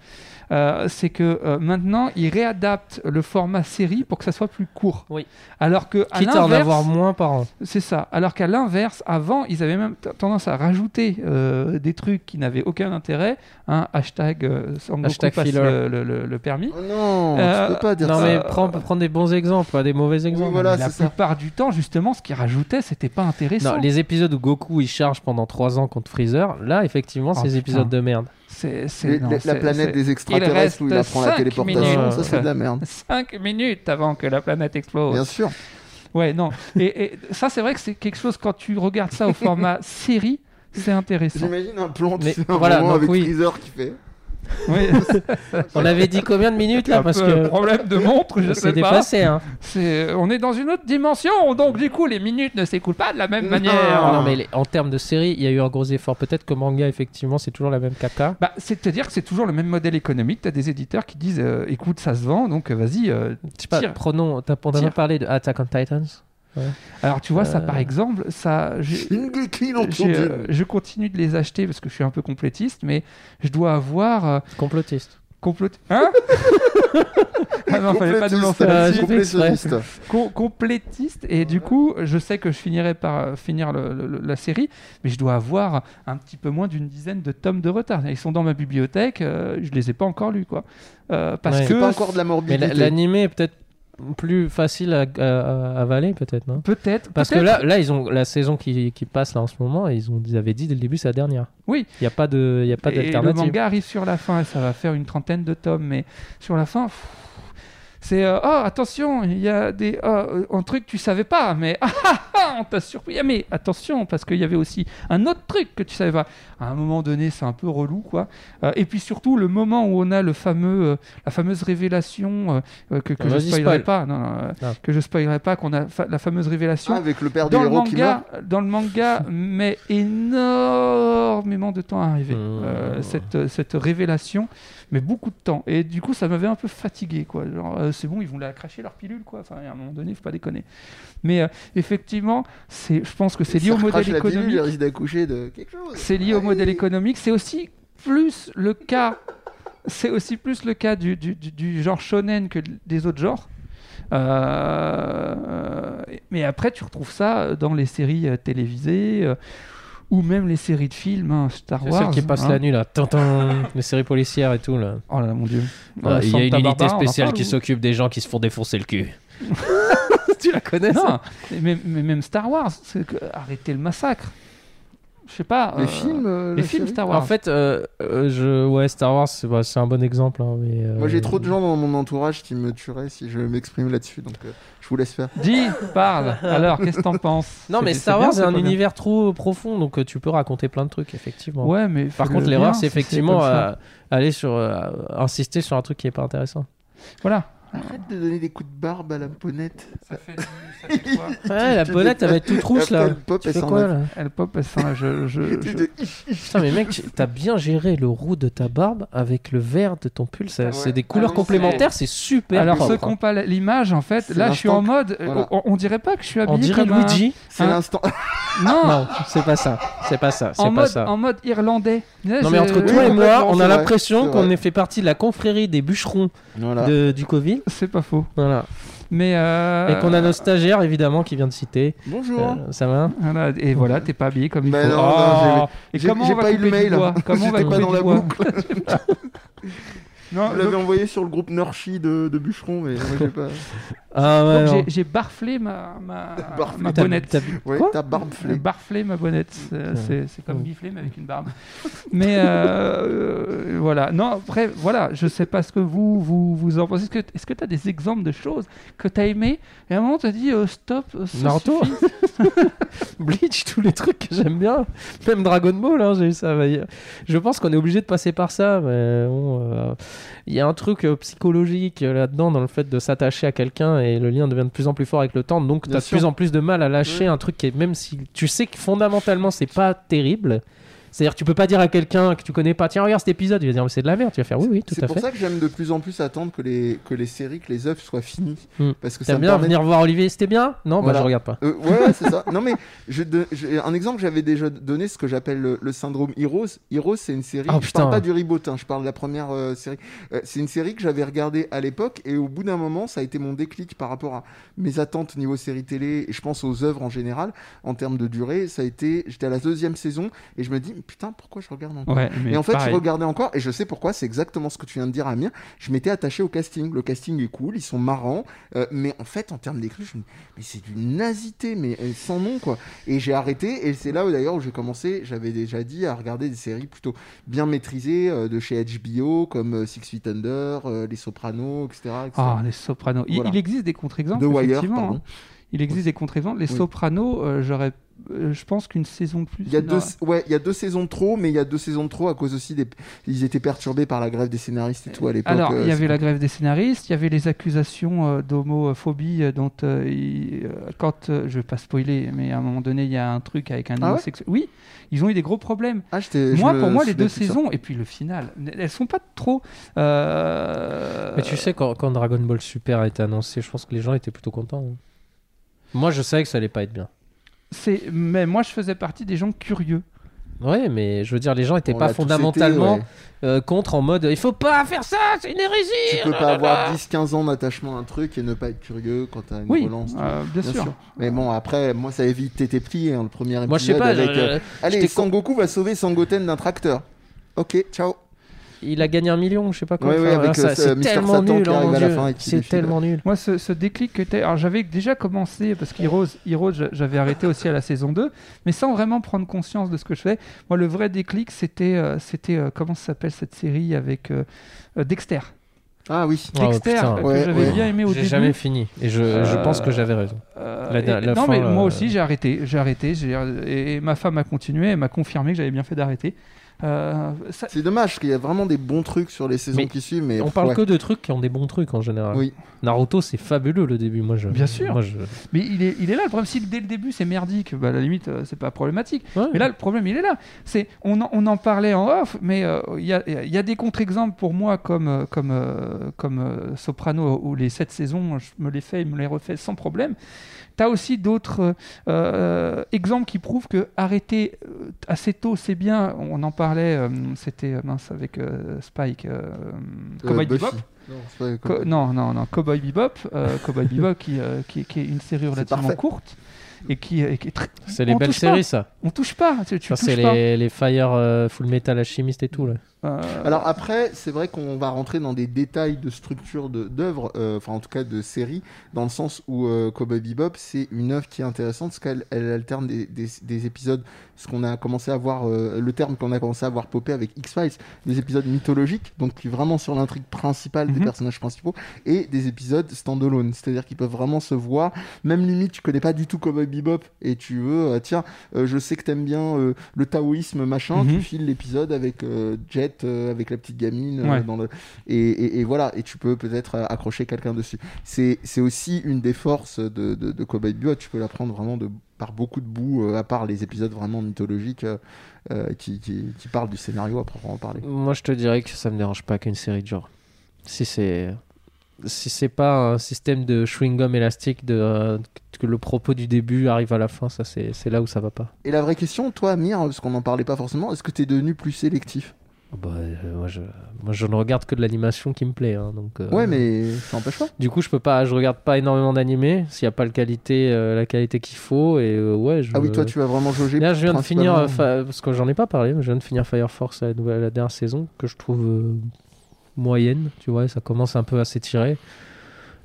S1: Euh, c'est que euh, maintenant, ils réadaptent le format série pour que ça soit plus court.
S2: Oui.
S1: Alors que, à
S2: Quitte à en
S1: l'inverse,
S2: avoir moins par an.
S1: c'est ça. Alors qu'à l'inverse, avant, ils avaient même t- tendance à rajouter euh, des trucs qui n'avaient aucun intérêt. Hein, hashtag euh, Sangoku
S2: Hashtag
S1: passe
S2: filler.
S1: le, le- le- le permis.
S3: Oh non,
S1: Euh,
S3: tu peux pas dire
S2: Non
S3: ça.
S2: mais
S1: Euh,
S2: prends, prends des bons exemples, pas des mauvais exemples.
S3: voilà,
S1: Mais la
S3: c'est ça.
S1: plupart du temps, justement, ce qu'ils rajoutaient, c'était pas intéressant.
S2: Non, les épisodes où Goku il charge pendant 3 ans contre Freezer, là effectivement
S1: Oh,
S2: c'est des
S1: putain.
S2: épisodes de merde.
S1: C'est- c'est-
S3: Les-
S1: non,
S3: la-
S1: c'est-
S3: la planète
S1: c'est-
S3: des extraterrestres où il
S1: reste
S3: apprend la
S1: cinq
S3: téléportation,
S2: minutes.
S3: ça c'est de la merde.
S1: 5 minutes avant que la planète explose.
S3: Bien sûr.
S1: Ouais, non. Et, et ça, c'est vrai que c'est quelque chose, quand tu regardes ça au format série, c'est intéressant.
S3: J'imagine un plan tu
S2: Mais
S3: sais, un
S2: voilà,
S3: moment
S2: donc
S3: avec
S2: oui.
S3: Freezer qui fait.
S1: Oui,
S2: On avait dit combien de minutes
S1: un
S2: là parce
S1: peu un
S2: que
S1: problème de montre, je
S2: c'est
S1: sais pas.
S2: dépassé hein.
S1: C'est- euh, On est dans une autre dimension, donc du coup, les minutes ne s'écoulent pas de la même
S3: Non.
S1: manière.
S2: Non mais les- en termes de série, il y a eu un gros effort. Peut-être que manga effectivement c'est toujours la même caca.
S1: Bah, C'est-à-dire que c'est toujours le même modèle économique. Tu as des éditeurs qui disent euh, écoute, ça se vend, donc euh, vas-y. euh,
S2: Je sais pas,
S1: Tire.
S2: prenons, t'as on a
S1: Tire.
S2: parlé de Attack on Titans.
S1: Alors, tu vois, ça
S2: Euh.
S1: par exemple, ça. j'ai-
S3: Shingeki no
S1: j'ai,
S3: Kyojin.
S1: euh, je continue de les acheter parce que je suis un peu complétiste, mais je dois avoir. euh,
S2: Complotiste.
S1: Complot... Hein Ah non, fallait pas nous lancer
S2: euh,
S1: là-dessus.
S2: j'ai fait exprès.
S3: Complétiste.
S1: Com- complétiste. Et du coup, je sais que je finirai par euh, finir le- le- le- la série, mais je dois avoir un petit peu moins d'une dizaine de tomes de retard. Ils sont dans ma bibliothèque, euh, je les ai pas encore lus, quoi. Euh, parce
S2: Ouais.
S1: que
S3: C'est pas encore de la
S2: Mais
S3: morbidité.
S2: la- l'animé est peut-être plus facile à, à- à avaler, peut-être, non
S1: Peut-être.
S2: Parce que
S1: peut-être.
S2: là, là, ils ont la saison qui, qui passe là en ce moment, ils, ont, ils avaient dit dès le début, c'est la dernière.
S1: Oui.
S2: Il n'y a pas de, il y a pas
S1: Et le
S2: d'alternative.
S1: manga arrive sur la fin, et ça va faire une trentaine de tomes, mais sur la fin, pff, c'est euh, oh attention, il y a des oh, euh, un truc que tu savais pas, mais ah, ah, ah, on t'a surpris. Ah, Mais attention, parce qu'il y avait aussi un autre truc que tu savais pas. À un moment donné, c'est un peu relou, quoi. Euh, et puis surtout le moment où on a le fameux, euh, la fameuse révélation euh, euh, que, que
S2: Ah,
S1: je
S2: vas-y,
S1: spoilerai
S2: spoil.
S1: pas, non, non, euh,
S2: Ah.
S1: que je spoilerai pas, qu'on a fa- la fameuse révélation
S3: Ah, avec le père du
S1: dans le,
S3: héros qui meurt.
S1: manga, dans le
S2: [LAUGHS]
S1: manga met énormément de temps à arriver,
S2: Mmh.
S1: euh, cette, cette révélation, mais beaucoup de temps. Et du coup, ça m'avait un peu fatigué. quoi. Genre, euh, c'est bon, ils vont la cracher leur pilule. quoi. Enfin, à un moment donné, faut pas déconner. Mais euh, effectivement, c'est, je pense que c'est lié
S3: Ça
S1: au
S3: recrache
S1: modèle
S3: la pilule,
S1: économique.
S3: Il risque d'accoucher de quelque chose.
S1: C'est lié au
S3: Aïe.
S1: modèle économique. C'est aussi plus le cas. C'est aussi plus le cas du, du- du- du genre shonen que d- des autres genres. Euh, mais après, tu retrouves ça dans les séries euh, télévisées euh, ou même les séries de films, hein, Star
S2: C'est
S1: Wars.
S2: celle qui passe
S1: hein.
S2: la nuit là, Tintin, les séries policières et tout là.
S1: Oh là là, mon dieu.
S2: Ah, Il y a une
S1: Santa
S2: unité
S1: Barbara, on en
S2: spéciale
S1: parle, [LAUGHS]
S2: qui
S1: ou-
S2: s'occupe des gens qui se font défoncer le cul. tu la connais ça
S1: Non, mais, mais même Star Wars, c'est que- arrêtez le massacre. Je sais pas.
S3: Les
S1: euh,
S3: films, euh,
S1: les
S3: la
S1: films
S3: série
S1: Star Wars.
S2: En fait, euh, euh, je... ouais, Star Wars, c'est bah, c'est un bon exemple. hein, mais, euh,
S3: Moi, j'ai trop de gens dans mon entourage qui me tueraient si je m'exprime là-dessus, donc euh, je vous laisse faire.
S1: Dis, [LAUGHS] parle. Alors, qu'est-ce que t'en penses
S2: Non,
S1: C'est-
S2: mais
S1: c'est
S2: Star
S1: bien,
S2: Wars est
S1: pas
S2: un
S1: bien
S2: univers trop profond, donc euh, tu peux raconter plein de trucs, effectivement.
S1: Ouais, mais
S2: Par
S1: fais-le
S2: contre, l'erreur,
S1: bien,
S2: c'est
S1: si
S2: effectivement
S1: comme ça.
S2: euh, aller sur, euh, insister sur un truc qui est pas
S1: [LAUGHS]
S2: intéressant.
S1: Voilà.
S3: Arrête de donner des coups de barbe à la ponette.
S1: Ça fait, quoi
S2: Ouais, la
S3: tu
S2: belette, elle va être toute rousse là.
S3: Après, le pop,
S2: Tu
S3: elle
S2: fais
S3: s'en
S2: quoi
S3: va.
S2: là
S1: [LAUGHS] Elle pop, elle sent, je, je,
S3: Tu
S1: je-
S3: te-
S2: Putain, mais mec, tu- t'as bien géré le roux de ta barbe avec le vert de ton pull. ça-
S3: Ah ouais.
S2: C'est des
S3: Ah
S2: couleurs
S3: oui,
S2: complémentaires, c'est super
S1: Alors,
S2: propre.
S1: ceux qui n'ont pas l'image, en fait,
S3: C'est
S1: là, je suis en
S3: l'instant
S1: mode. euh,
S3: Voilà.
S1: On, on dirait pas que je suis habillé
S2: On dirait
S1: comme un-
S2: Luigi.
S3: C'est
S1: Hein
S3: l'instant.
S1: [LAUGHS] Non,
S2: Non, c'est pas ça. C'est pas ça. C'est
S1: en,
S2: pas
S1: mode,
S2: ça.
S1: en mode irlandais.
S2: Non mais entre
S3: Oui,
S2: toi et moi,
S3: complètement,
S2: on
S3: c'est
S2: a
S3: vrai,
S2: l'impression
S3: c'est
S2: qu'on
S3: vrai.
S2: est fait partie de la confrérie des bûcherons
S1: Ah.
S3: Voilà.
S1: Euh,
S2: de- du Covid.
S1: C'est pas faux.
S2: Voilà.
S1: Mais. euh,
S2: Et qu'on a nos stagiaires évidemment qui vient de citer.
S3: Bonjour.
S2: Euh, ça va
S1: voilà, et voilà, t'es pas habillé comme il
S3: Bah
S1: faut.
S3: non,
S1: Oh,
S3: non,
S1: et
S3: j'ai-
S1: comment
S3: j'ai
S1: on va
S3: pas eu
S1: couper
S3: le mail.
S1: du
S3: [LAUGHS]
S1: bois Comment on va
S3: J'étais pas
S1: couper
S3: dans
S1: du
S3: la
S1: bois
S3: boucle.
S1: Non,
S3: Je
S1: donc-
S3: l'avais envoyé sur le groupe Norchi de, de Bûcheron, mais moi j'ai [LAUGHS] pas.
S2: Ah ouais.
S1: donc
S2: non.
S1: j'ai- j'ai barflé ma, ma,
S3: Barflé.
S1: ma
S2: T'as-
S1: bonnette.
S2: t'as-
S3: Ouais,
S2: Quoi
S3: ta barbe
S1: Le
S3: flée.
S1: barflé ma bonnette, c'est-
S2: Putain.
S1: c'est c'est comme
S2: Ouais.
S1: biflé mais avec une barbe. Mais euh, euh, voilà, non, après, voilà, je sais pas ce que vous vous, vous en pensez. Est-ce que est-ce que tu as des exemples de choses que tu as aimées et à un moment tu as dit euh, stop, euh, ça
S2: Naruto
S1: suffit.
S2: Bleach, tous les trucs que j'aime bien. Même Dragon Ball, hein, j'ai eu ça. mais, euh, Je pense qu'on est obligé de passer par ça. Mais bon, euh, il y a un truc euh, psychologique euh, là-dedans, dans le fait de s'attacher à quelqu'un et le lien devient de plus en plus fort avec le temps. Donc, tu
S3: Bien
S2: as de
S3: sûr.
S2: plus en plus de mal à lâcher
S3: Oui.
S2: un truc qui est, même si tu sais que fondamentalement, c'est pas terrible. C'est-à-dire, que tu peux pas dire à quelqu'un que tu connais pas, tiens, regarde cet épisode, il va dire, mais c'est de la merde. Tu vas faire, oui, oui, tout
S3: C'est
S2: à
S3: pour
S2: fait.
S3: ça que j'aime de plus en plus attendre que les, que les séries, que les œuvres soient finies.
S2: Hmm.
S3: Parce que ça
S2: T'aimes
S3: me
S2: bien
S3: permet
S2: venir voir Olivier, c'était bien Non, bah,
S3: Voilà.
S2: je regarde pas.
S3: Euh, ouais, ouais, c'est ça. Non, mais je, don- j'ai un exemple, j'avais déjà donné ce que j'appelle le, le syndrome Heroes. Heroes, c'est une série.
S2: Ah,
S3: je
S2: putain.
S3: parle pas du Reboot, hein, je parle de la première euh, série. Euh, c'est une série que j'avais regardée à l'époque et au bout d'un moment, ça a été mon déclic par rapport à mes attentes niveau série télé et je pense aux œuvres en général en termes de durée. Ça a été, j'étais à la deuxième saison et je me dis, putain, pourquoi je regarde encore
S1: Ouais, mais
S3: et en fait,
S1: pareil.
S3: je regardais encore, et je sais pourquoi, c'est exactement ce que tu viens de dire, Amir. Je m'étais attaché au casting. Le casting est cool, ils sont marrants, euh, mais en fait, en termes d'écrit, je me dis, mais c'est d'une nazité, mais euh, sans nom, quoi. Et j'ai arrêté, et c'est là où d'ailleurs où j'ai commencé, j'avais déjà dit, à regarder des séries plutôt bien maîtrisées euh, de chez HBO, comme euh, Six Feet Under, euh, Les Sopranos, etc. etc.
S1: Ah, les sopranos. Il,
S3: Voilà.
S1: il existe des contre-exemples
S3: The Wire,
S1: effectivement.
S3: pardon.
S1: hein. Il existe des contre-exemples, les
S3: Oui.
S1: sopranos, euh, j'aurais euh, je pense qu'une saison de plus.
S3: Il y, a
S1: non.
S3: deux, ouais, il y a deux saisons de trop, mais il y a deux saisons de trop à cause aussi des. Ils étaient perturbés par la grève des scénaristes et tout à l'époque.
S1: Alors,
S3: euh,
S1: il y avait
S3: c'est-
S1: la grève des scénaristes, il y avait les accusations euh, d'homophobie euh, dont euh, il- euh, quand euh, je vais pas spoiler, mais à un moment donné, il y a un truc avec un
S3: Ah ouais
S1: homosexuel. oui, ils ont eu des gros problèmes.
S3: Ah, j'étais- je
S1: moi,
S3: me
S1: pour moi, les
S3: souvenais
S1: deux
S3: plus de ça.
S1: saisons et puis le final, n- elles sont pas trop. euh,
S2: Mais tu sais, quand, quand Dragon Ball Super a été annoncé, je pense que les gens étaient plutôt contents. hein. Moi, je savais que ça allait pas être bien.
S1: c'est. Mais moi, je faisais partie des gens curieux.
S2: Ouais, mais je veux dire, les gens étaient
S3: On
S2: pas
S3: l'a tous été,
S2: fondamentalement
S3: ouais.
S2: euh, contre en mode il faut pas faire ça, c'est une
S3: Tu
S2: hérésie.
S3: peux pas avoir 10-15 ans d'attachement à un truc et ne pas être curieux quand t'as une
S1: oui,
S3: relance.
S2: Ah,
S1: euh, bien, sûr.
S3: Mais bon, après, moi, ça évite t'étais plié, hein, le premier épisode.
S2: Moi, je sais pas.
S3: avec,
S2: je-
S3: euh,
S2: j'étais
S3: Allez,
S2: con-
S3: Sangoku va sauver Sangoten d'un tracteur. Ok, ciao.
S2: il a gagné un million, je sais pas quoi.
S3: Ouais,
S2: Enfin,
S3: ouais,
S2: voilà,
S3: avec,
S2: ça-
S3: euh,
S2: c'est
S3: Mister
S2: tellement
S3: Satan
S2: nul,
S3: qui
S2: oh
S3: arrive
S2: mon
S3: à la
S2: Dieu,
S3: fin et qui
S2: c'est
S3: défile.
S2: tellement nul.
S1: Moi, ce, ce déclic était. Alors, j'avais déjà commencé, parce qu'Heroes, Heroes, j'a- j'avais arrêté aussi à la saison 2, mais sans vraiment prendre conscience de ce que je fais. Moi, le vrai déclic, c'était. euh, c'était euh, comment ça s'appelle cette série avec euh, euh, Dexter
S3: Ah oui.
S2: Ah ouais,
S1: Dexter,
S2: putain.
S1: euh, que
S3: Ouais,
S1: j'avais
S3: ouais.
S1: bien aimé au
S2: J'ai
S1: début.
S2: jamais fini et je, je
S1: Euh,
S2: pense que j'avais raison.
S1: Euh,
S2: La-
S1: et-
S2: la- la
S1: non,
S2: fin,
S1: mais
S2: là,
S1: moi
S2: euh,
S1: aussi j'ai arrêté, j'ai arrêté, j'ai et, et ma femme a continué, elle m'a confirmé que j'avais bien fait d'arrêter. Euh, ça-
S3: C'est dommage qu'il y a vraiment des bons trucs sur les saisons
S2: Mais
S3: qui suivent, mais
S2: On parle
S3: ouais.
S2: que de trucs qui ont des bons trucs en général.
S3: Oui.
S2: Naruto, c'est fabuleux le début. Moi, je.
S1: Bien sûr.
S2: Moi, je...
S1: mais il est, il est là le problème, si dès le début c'est merdique, bah, à la limite euh, c'est pas problématique.
S2: Ouais.
S1: Mais là le problème il est là, c'est on en, on en parlait en off, mais euh, il y, a, il y a des contre-exemples pour moi comme euh, comme euh, comme euh, Soprano où les sept saisons je me les fais, et me les refais sans problème. T'as aussi d'autres euh, euh, exemples qui prouvent que arrêter euh, assez tôt, c'est bien. On en parlait, euh, c'était euh, mince avec euh, Spike, euh,
S3: Euh,
S1: Cowboy
S3: Buffy.
S1: Bebop.
S3: Non, c'est pas
S1: Co-
S3: Cowboy.
S1: non, non, non, Cowboy Bebop,
S3: [LAUGHS]
S1: euh, Cowboy Bebop qui, euh, qui, qui est une série relativement
S3: parfait.
S1: courte et qui, et qui est très-
S2: C'est les
S1: on
S2: belles
S1: touche pas.
S2: séries, ça.
S1: On touche pas, tu, tu
S2: Ça,
S1: touches
S2: c'est
S1: pas.
S2: les, les Fire euh, Full Metal Alchemist et tout. Là.
S1: Euh,
S3: Alors après, c'est vrai qu'on va rentrer dans des détails de structure de- d'œuvre, euh, enfin en tout cas de série, dans le sens où euh, Cowboy Bebop, c'est une œuvre qui est intéressante parce qu'elle elle alterne des, des- des épisodes, ce qu'on a commencé à voir, euh, le terme qu'on a commencé à voir popper avec X-Files, des épisodes mythologiques, donc qui vraiment sur l'intrigue principale des
S1: Mhm.
S3: personnages principaux, et des épisodes standalone, c'est-à-dire qu'ils peuvent vraiment se voir, même limite tu connais pas du tout Cowboy Bebop et tu veux, euh, tiens, euh, je sais que t'aimes bien euh, le taoïsme machin,
S1: Mhm.
S3: tu files l'épisode avec euh, Jet, euh, avec la petite gamine, euh,
S1: Ouais.
S3: dans le... et, et- et voilà, et tu peux peut-être euh, accrocher quelqu'un dessus. C'est c'est aussi une des forces de, de, de Cowboy Bebop, tu peux la prendre vraiment de, par beaucoup de bouts, euh, à part les épisodes vraiment mythologiques euh, euh, qui, qui, qui parlent du scénario à proprement parler.
S2: Moi, je te dirais que ça me dérange pas qu'une série de genre. Si c'est. Si c'est pas un système de chewing-gum élastique, de, euh, que le propos du début arrive à la fin, ça c'est c'est là où ça va pas.
S3: Et la vraie question, toi, Amir, parce qu'on n'en parlait pas forcément, est-ce que t'es devenu plus sélectif
S2: Bah, euh, moi, je, moi, je ne regarde que de l'animation qui me plaît. hein, donc, euh,
S3: Ouais, mais ça n'empêche pas.
S2: Du coup, je peux pas, je regarde pas énormément d'animés s'il n'y a pas le qualité, euh, la qualité qu'il faut. Et euh, ouais, je,
S3: Ah oui, toi, tu vas vraiment jauger.
S2: Là, je viens de finir, euh,
S3: principalement-
S2: Fi- parce que j'en ai pas parlé, mais je viens de finir Fire Force la, nouvelle- la dernière saison, que je trouve euh, moyenne, tu vois, ça commence un peu à s'étirer.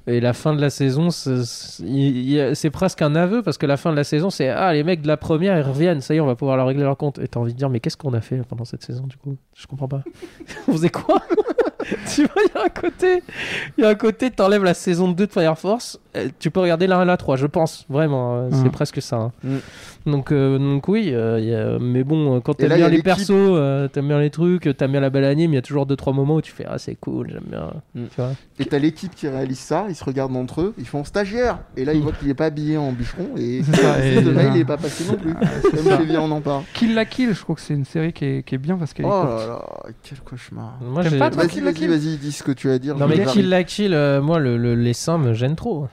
S2: Et la fin de la saison, c'est- c'est il- il- c'est presque un aveu, parce que la fin de la saison, c'est Ah, les mecs de la première, ils reviennent, ça y est, on va pouvoir leur régler leur compte. Et t'as envie de dire, mais qu'est-ce qu'on a fait pendant cette saison, du coup Je comprends pas. [LAUGHS] on faisait quoi [LAUGHS] Tu vois, il y a un côté, il y a un côté, t'enlèves la saison 2 de Fire Force, euh, tu peux regarder la 1 et la 3, je pense, vraiment, euh, c'est
S1: Mhm.
S2: presque ça. hein. Donc, euh, donc oui, euh, y a- mais bon, euh, quand
S3: Et là,
S2: t'aimes
S3: y
S2: bien
S3: a
S2: les
S3: l'équipe.
S2: persos, euh, t'aimes bien les trucs, euh, t'aimes bien la belle anime, il y a toujours deux trois moments où tu fais ah c'est cool, j'aime bien.
S3: Mm.
S2: Tu vois
S3: Et t'as l'équipe qui réalise ça, ils se regardent entre eux, ils font stagiaire. Et là, ils voient qu'il est pas habillé en bûcheron et
S1: C'est ça, et- Ah,
S3: de là, il est pas passé non plus. Même chez Vian, on en parle.
S1: Kill la Kill, je crois que c'est une série qui est, qui est bien parce qu'elle est
S3: Oh
S1: courte.
S3: là là, quel cauchemar.
S2: Moi,
S1: T'aimes
S2: j'ai-
S1: pas, toi
S3: Vas-y,
S1: Kill la
S3: vas-y,
S1: Kill.
S3: vas-y, dis ce que tu as à dire.
S2: non
S3: je
S2: mais
S3: vais
S2: Kill la Kill, euh, moi le, le- les seins me gênent trop.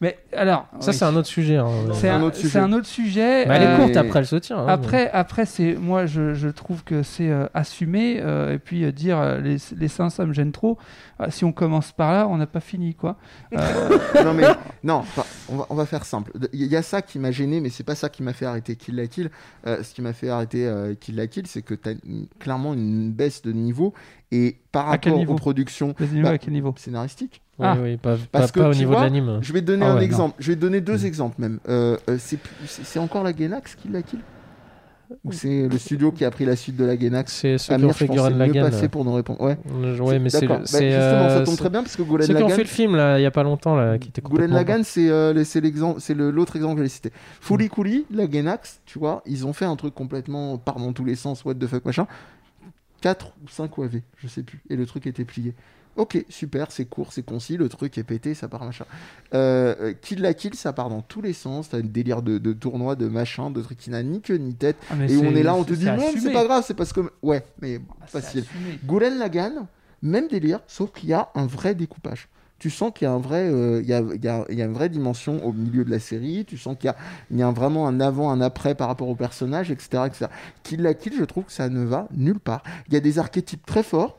S1: Mais alors,
S2: Ça Ah
S3: Ah
S2: c'est un autre sujet. hein.
S1: c'est
S3: un
S1: un,
S3: autre
S1: c'est
S3: sujet.
S1: un autre sujet.
S2: Mais elle
S1: euh,
S2: est courte après elle se tient. hein,
S1: Après, après c'est moi je, je trouve que c'est euh, assumé euh, et puis euh, dire euh, les, les seins ça me gêne trop. Ah, si on commence par là, on n'a pas fini quoi.
S3: arriver.
S1: [LAUGHS]
S3: Non, mais non, enfin, on va, on va faire simple. Il y a ça qui m'a gêné, mais c'est pas ça qui m'a fait arrêter Kill la Kill. Euh, ce qui m'a fait arrêter euh, Kill la Kill, c'est que t'as une- clairement une baisse de niveau et par
S1: À quel
S3: rapport
S1: niveau
S3: aux productions bah,
S1: Vas-y, dis-moi à quel niveau
S3: scénaristiques.
S2: mais-
S1: ah.
S2: Oui, oui, pas,
S3: Parce
S2: pas-
S3: que
S2: pas au
S3: tu
S2: niveau
S3: vois,
S2: de l'anime.
S3: Je vais te donner
S2: Ah
S3: un
S2: ouais, non.
S3: exemple. Je vais te donner deux
S2: Mm.
S3: exemples même. Euh, euh, c'est plus- c'est c'est encore la Gainax qui l'a kill Ou c'est le studio qui a pris la suite de la Gainax
S2: C'est ceux qui ont
S3: Amir, je
S2: fait
S3: pense que c'est
S2: Gurren
S3: mieux
S2: Lagann.
S3: passé pour nous répondre. Ouais.
S2: Euh, Ouais, mais c'est
S3: D'accord.
S2: le-
S3: Bah,
S2: c'est,
S3: justement, ça
S2: euh,
S3: tombe très bien parce que Goulen
S2: ceux qui ont fait
S3: Lagan.
S2: le film là, il y a pas longtemps
S1: euh,
S2: là, qui était
S3: Goulen
S2: complètement.
S3: Lagan, c'est euh, le- c'est l'exemple, c'est le- l'autre exemple que j'ai cité.
S1: Mm.
S3: Fouli Couli, la Gainax, tu vois, ils ont fait un truc complètement part dans tous les sens, what the fuck machin. 4 ou 5 OAV, je sais plus. Et le truc était plié. Ok, super, c'est court, c'est concis, le truc est pété, ça part machin. Euh, euh, kill la kill, ça part dans tous les sens, t'as un délire de, de tournoi, de machin, de trucs qui n'a ni queue ni tête.
S1: Ah, mais
S3: et
S1: c'est-
S3: on est là, on te
S1: c'est
S3: dit, non,
S1: assumé.
S3: c'est pas grave, c'est parce que. Ouais, mais bon,
S1: Ah, c'est
S3: facile.
S1: assumé.
S3: Goulen Lagan, même délire, sauf qu'il y a un vrai découpage. Tu sens qu'il y a un vrai, euh, il y a, il y a- il y a une vraie dimension au milieu de la série. Tu sens qu'il y a, il y a un- vraiment un avant, un après par rapport au personnage, etc., etc. Kill la kill, je trouve que ça ne va nulle part. Il y a des archétypes très forts.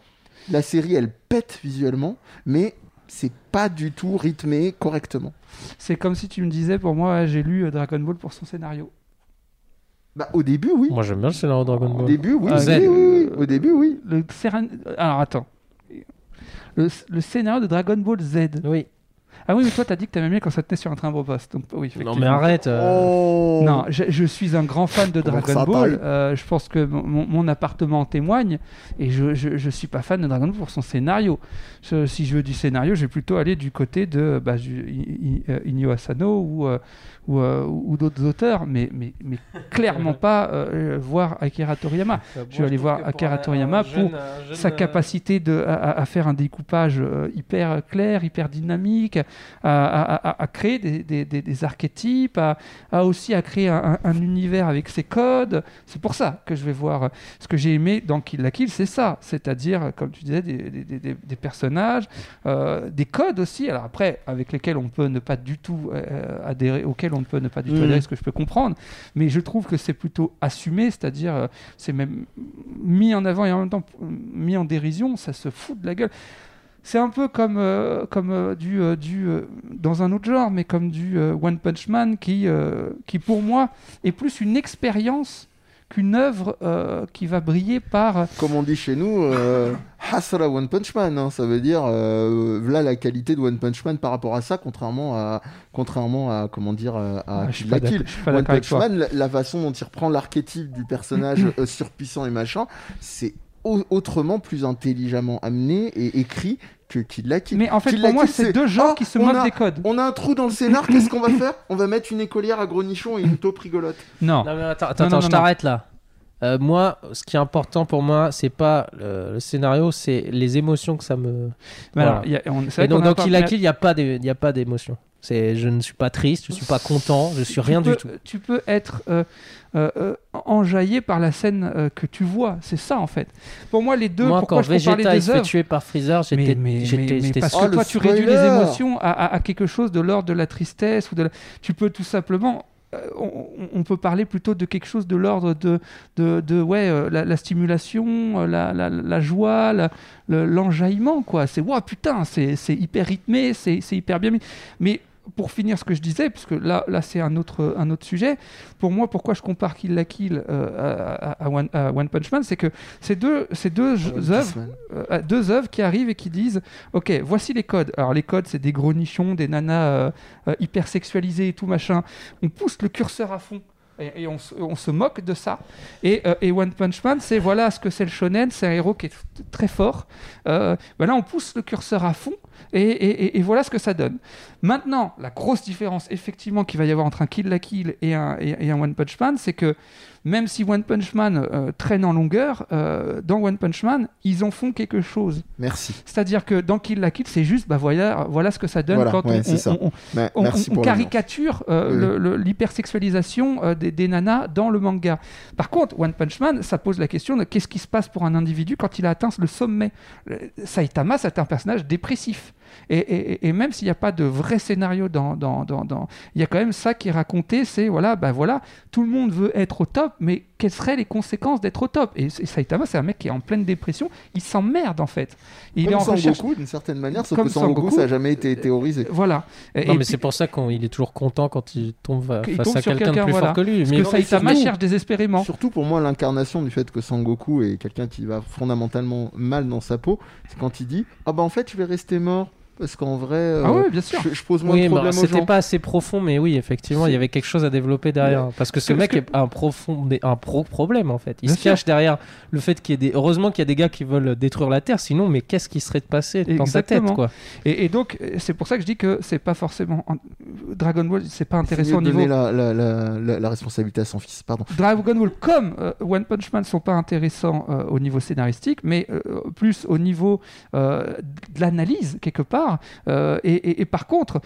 S3: La série, elle pète visuellement, mais c'est pas du tout rythmé correctement.
S1: C'est comme si tu me disais pour moi ah, j'ai lu euh, Dragon Ball pour son scénario.
S3: Bah, au début, oui.
S2: Moi j'aime bien le scénario de Dragon
S3: Au
S2: Ball.
S3: début, oui.
S1: Ah,
S3: oui,
S2: Z.
S3: oui, oui, oui. Au début, Eh ben oui.
S1: le séran- Alors attends. Le, le scénario de Dragon Ball Z.
S2: Oui.
S1: Ah oui, mais toi, t'as dit que t'aimais bien quand ça tenait sur un train bobasse. Donc, oui, effectivement.
S2: Non, mais arrête. euh,
S3: Oh
S1: Non, je, je suis un grand fan de
S3: Comment que
S1: Dragon
S3: ça
S1: Ball.
S3: parle
S1: Euh, je pense que mon- mon, mon appartement en témoigne. Et je, je, je suis pas fan de Dragon Ball pour son scénario. Je- si je veux du scénario, je vais plutôt aller du côté de bah, du- I- I- euh, Inyo Asano ou, euh, ou, euh, ou d'autres auteurs. Mais, mais, mais clairement pas euh, voir Akira Toriyama. Je vais aller voir Akira Toriyama pour
S2: euh,
S1: sa capacité de, à, à- à faire un découpage euh, hyper clair, hyper dynamique, à, à- à- à- à créer des, des- des- des archétypes, à, à aussi à créer un, un- un univers avec ses codes. C'est pour ça que je vais voir. euh, Ce que j'ai aimé dans Kill la Kill, c'est ça. C'est-à-dire, euh, comme tu disais, des, des- des- des- des personnages, euh, des codes aussi, alors après, avec lesquels on peut ne pas du tout euh, adhérer, auxquels on ne peut ne pas du tout
S2: Mhm.
S1: adhérer, ce que je peux comprendre. Mais je trouve que c'est plutôt assumé, c'est-à-dire, euh, c'est même mis en avant et en même temps euh, mis en dérision, ça se fout de la gueule. C'est un peu comme, euh, comme euh, du, euh, du euh, dans un autre genre, mais comme du euh, One Punch Man qui, euh, qui pour moi est plus une expérience qu'une œuvre euh, qui va briller par. euh,
S3: Comme on dit chez
S1: [LAUGHS]
S3: nous, euh, Hasra One Punch Man, hein, ça veut dire euh, voilà la qualité de One Punch Man par rapport à ça, contrairement à contrairement à comment dire euh, à
S1: Ah,
S3: Kill
S1: pas
S3: la
S1: d'accord-
S3: Kill.
S1: je suis pas
S3: One
S1: d'accord avec
S3: Punch
S1: toi.
S3: Man, la, la façon dont il reprend l'archétype
S1: [LAUGHS]
S3: du personnage euh, surpuissant et machin, c'est au- autrement plus intelligemment amené et écrit que Kid la Kill.
S1: Mais en fait,
S3: Kill la
S1: pour moi,
S3: Kill,
S1: c'est
S3: c'est-
S1: deux genres
S3: Ah,
S1: qui se
S3: on
S1: moquent
S3: a-
S1: des codes.
S3: On a un trou dans
S1: [COUGHS]
S3: le scénar, qu'est-ce qu'on va faire On va mettre une écolière à gros nichons et une taupe rigolote.
S1: Non.
S2: Non, mais attends,
S1: Non,
S2: attends,
S1: non,
S2: je
S1: non,
S2: t'arrête là. Euh, moi, ce qui est important pour moi, c'est pas euh, le scénario, c'est les émotions que ça me.
S1: Mais
S2: Voilà.
S1: alors, il y a- on- c'est vrai
S2: Et donc,
S1: qu'on a
S2: dans
S1: pas-
S2: Kill la
S1: mais-
S2: Kill, il n'y a pas des- il y a pas d'émotion. C'est, je ne suis pas triste, je suis pas content, je suis
S1: tu
S2: rien du
S1: peux-
S2: tout.
S1: Tu peux être euh, euh, euh, enjaillé par la scène euh, que tu vois. C'est ça, en fait. Pour moi, les deux,
S2: Moi,
S1: pourquoi
S2: quand
S1: je peux parler
S2: Vegeta il
S1: des
S2: se fait
S1: œuvres
S2: tuer par Freezer, j'étais,
S1: mais, mais-
S2: j'étais,
S1: mais- mais
S2: j'étais
S1: parce
S2: sûr.
S1: que
S3: Oh, le
S1: toi, tu réduis les
S3: spoiler
S1: émotions à, à- à quelque chose de l'ordre de la tristesse ou de la- Tu peux tout simplement. euh, On, on- on peut parler plutôt de quelque chose de l'ordre de, de, de, ouais, euh, la, la stimulation, euh, la, la- la joie, la- le- l'enjaillement, quoi. C'est waouh, putain, c'est c'est hyper rythmé, c'est c'est hyper bien mis. Mais pour finir ce que je disais, parce que là, là c'est un autre, un autre sujet, pour moi, pourquoi je compare Kill la Kill euh, à, à- à One, à One Punch Man, c'est que ces deux, ces
S2: Ah,
S1: deux œuvres euh, à deux œuvres qui arrivent et qui disent Ok, voici les codes. Alors, les codes, c'est des gros nichons, des nanas euh, euh, hyper sexualisées et tout machin. On pousse le curseur à fond. Et, et on, se- on se moque de ça. Et, euh, et One Punch Man, c'est voilà ce que c'est le shonen, c'est un héros qui est t- très fort. Euh, ben là, on pousse le curseur à fond et, et- et- et voilà ce que ça donne. Maintenant, la grosse différence, effectivement, qu'il va y avoir entre un Kill la Kill et un, et- et un One Punch Man, c'est que même si One Punch Man euh, traîne en longueur, euh, dans One Punch Man, ils en font quelque chose.
S3: Merci.
S1: C'est-à-dire que dans Kill la Kill, c'est juste, bah voilà, voilà ce que ça donne
S3: Voilà,
S1: quand on-
S3: ouais, c'est
S1: on-
S3: ça.
S1: on, on-
S3: Ma-
S1: on,
S3: Ben, merci
S1: on
S3: pour la
S1: caricature euh,
S3: Oui.
S1: le- le- l'hypersexualisation euh, des, des nanas dans le manga. Par contre, One Punch Man, ça pose la question de qu'est-ce qui se passe pour un individu quand il a atteint le sommet. Le- Saitama, c'est un personnage dépressif. Et, et- et- et même s'il n'y a pas de vrai scénario dans, dans, dans, dans- il y a quand même ça qui est raconté, c'est voilà, bah voilà, tout le monde veut être au top, mais quelles seraient les conséquences d'être au top et, et Saitama, c'est un mec qui est en pleine dépression, il s'emmerde en fait. Il
S3: Comme
S1: est en
S3: Sangoku,
S1: recherche.
S3: d'une certaine manière, sauf
S1: Comme Euh,
S3: que Sangoku,
S1: Sangoku,
S3: ça n'a jamais été théorisé.
S1: Voilà. Et-
S2: Non,
S1: et
S2: mais
S1: puis-
S2: c'est pour ça qu'il est toujours content quand il tombe euh,
S1: Qu'il
S2: face
S1: tombe
S2: à
S1: sur
S2: quelqu'un de
S1: quelqu'un,
S2: plus
S1: voilà.
S2: fort que lui.
S1: que
S2: Mais
S1: Saitama
S3: surtout-
S1: cherche désespérément.
S3: Surtout pour moi, l'incarnation du fait que Sangoku est quelqu'un qui va fondamentalement mal dans sa peau, c'est quand il dit Ah bah en fait, je vais rester mort, parce qu'en vrai, euh,
S1: Ah oui, bah, bien sûr.
S3: je, je pose moins
S2: Oui, mais
S3: de
S2: alors,
S3: problèmes aux
S2: c'était
S3: gens.
S2: pas assez profond, mais oui, effectivement, il y avait quelque chose à développer derrière. Parce que ce
S1: Parce
S2: mec
S1: que-
S2: est un profond, un pro problème en fait. Il
S1: Bien
S2: se cache derrière le fait qu'il y ait des. Heureusement qu'il y a des gars qui veulent détruire la Terre, sinon, mais qu'est-ce qui serait passé dans sa tête
S1: Exactement.
S2: quoi
S1: Et, et donc, euh, c'est pour ça que je dis que c'est pas forcément. en- Dragon Ball, c'est pas
S3: C'est mieux
S1: intéressant au
S3: de
S1: niveau.
S3: donner la, la, la, la- la responsabilité à son fils, pardon.
S1: Dragon Ball comme euh, One Punch Man sont pas intéressants euh, au niveau scénaristique, mais euh, plus au niveau euh, de l'analyse, quelque part. Euh, et, et- et par contre.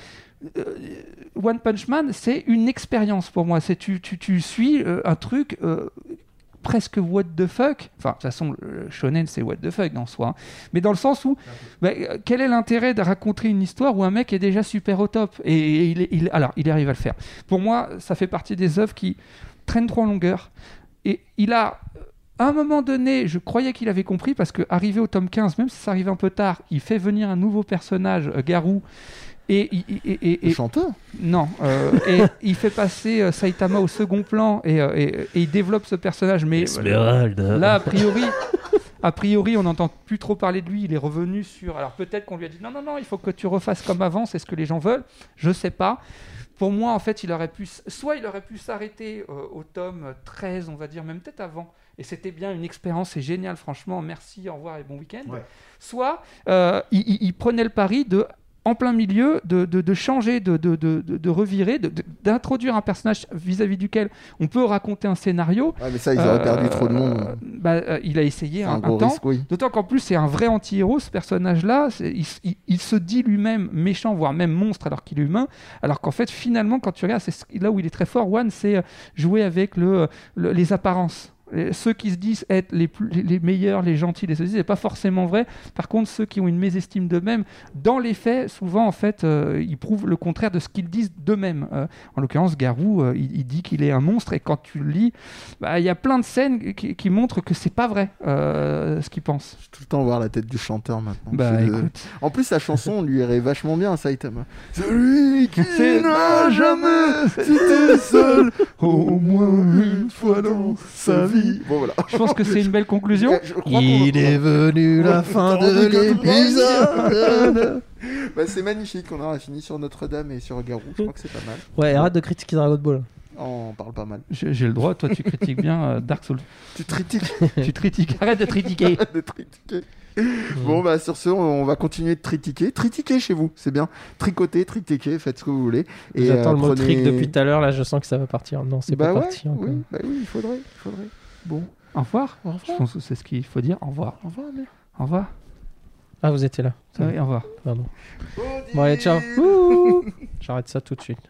S1: euh, One Punch Man, c'est une expérience pour moi. C'est tu, tu, tu suis euh, un truc euh, presque what the fuck. Enfin, de toute façon, le shonen, c'est what the fuck dans soi. hein. Mais dans le sens où, bah, euh, quel est l'intérêt de raconter une histoire où un mec est déjà super au top Et, et il, est- il- alors, il arrive à le faire. Pour moi, ça fait partie des œuvres qui traînent trop en longueur. Et il a. À un moment donné, je croyais qu'il avait compris parce que arrivé au tome 15, même si ça arrive un peu tard, il fait venir un nouveau personnage, euh, Garou, et, il- il- et- et-
S3: Le
S1: et-
S3: chanteur
S1: non, euh, et il fait passer euh,
S2: Euh.
S1: Saitama au second plan et, euh, et- et il développe ce personnage, mais là, a priori, A priori, on n'entend plus trop parler de lui. Il est revenu sur. Alors peut-être qu'on lui a dit non, non, non, il faut que tu refasses comme avant. C'est ce que les gens veulent. Je sais pas. Pour moi, en fait, il aurait pu. s- Soit il aurait pu s'arrêter euh, au tome 13, on va dire, même peut-être avant. Et c'était bien une expérience, c'est génial, franchement. Merci, au revoir et bon week-end.
S3: Ouais.
S1: Soit euh, il, il- il prenait le pari de en plein milieu, de, de- de changer, de, de, de- de- de revirer, de- de- d'introduire un personnage vis-à-vis duquel on peut raconter un scénario.
S3: Ouais, mais ça, ils auraient perdu
S1: Euh,
S3: trop de monde.
S1: bah, euh, il a essayé
S3: C'est
S1: un,
S3: un gros
S1: un temps.
S3: risque, oui.
S1: D'autant qu'en plus, c'est un vrai anti-héros, ce personnage-là. C'est- Il, s- il- il se dit lui-même méchant, voire même monstre, alors qu'il est humain. Alors qu'en fait, finalement, quand tu regardes, c'est ce- là où il est très fort, One, c'est euh, jouer avec le, le- les apparences. Et Ceux qui se disent être les, plus- les- les meilleurs, les gentils, les ceci, c'est pas forcément vrai. Par contre, ceux qui ont une mésestime d'eux-mêmes, dans les faits, souvent, en fait, euh, ils prouvent le contraire de ce qu'ils disent d'eux-mêmes. Euh, en l'occurrence, Garou, euh, il, il dit qu'il est un monstre, et quand tu le lis, bah, il y a plein de scènes qui, qui montrent que c'est pas vrai euh, ce qu'il pense.
S3: Je vais tout le temps voir la tête du chanteur maintenant.
S1: Bah
S3: Je suis de-
S1: écoute,
S3: En plus, sa [LAUGHS] chanson lui irait vachement bien à Saitama. Celui qui
S1: C'est-
S3: n'a jamais été seul au moins une fois dans sa vie. Bon, voilà. Eh,
S1: je pense que c'est une belle conclusion.
S3: Je crois qu'on-
S2: venu
S3: la fin de l'épisode. [LAUGHS] Bah, c'est magnifique, on aura fini sur Notre-Dame et sur Garou, je crois que c'est pas mal. Oh,
S4: Ouais, arrête de critiquer Dragon Ball.
S3: On parle pas mal.
S1: J'ai j'ai le droit, toi tu critiques bien euh, Dark Souls.
S3: Tu critiques,
S1: tu critiques, arrête de
S2: [LAUGHS]
S1: critiquer.
S3: de critiquer. Bon, bah sur ce, on va continuer de critiquer. Tritiquer chez vous, c'est bien. Tricoter, tritiquer, faites ce que vous voulez. Et,
S2: J'attends
S3: euh,
S2: le mot
S3: prenez-
S2: trick depuis tout à l'heure, là je sens que ça va partir. Non, c'est
S3: Bah
S2: pas
S3: ouais,
S2: parti encore.
S3: oui, bah oui, il faudrait, il faudrait. Bon,
S1: Au revoir.
S3: au
S1: Je
S3: revoir.
S1: pense que c'est ce qu'il faut dire. Au revoir.
S3: Au revoir, mec.
S1: Au revoir.
S2: Ah, vous étiez là. Ça
S1: Oui, au revoir.
S2: Pardon. Bon, allez, ciao. Ouh. J'arrête ça tout de suite.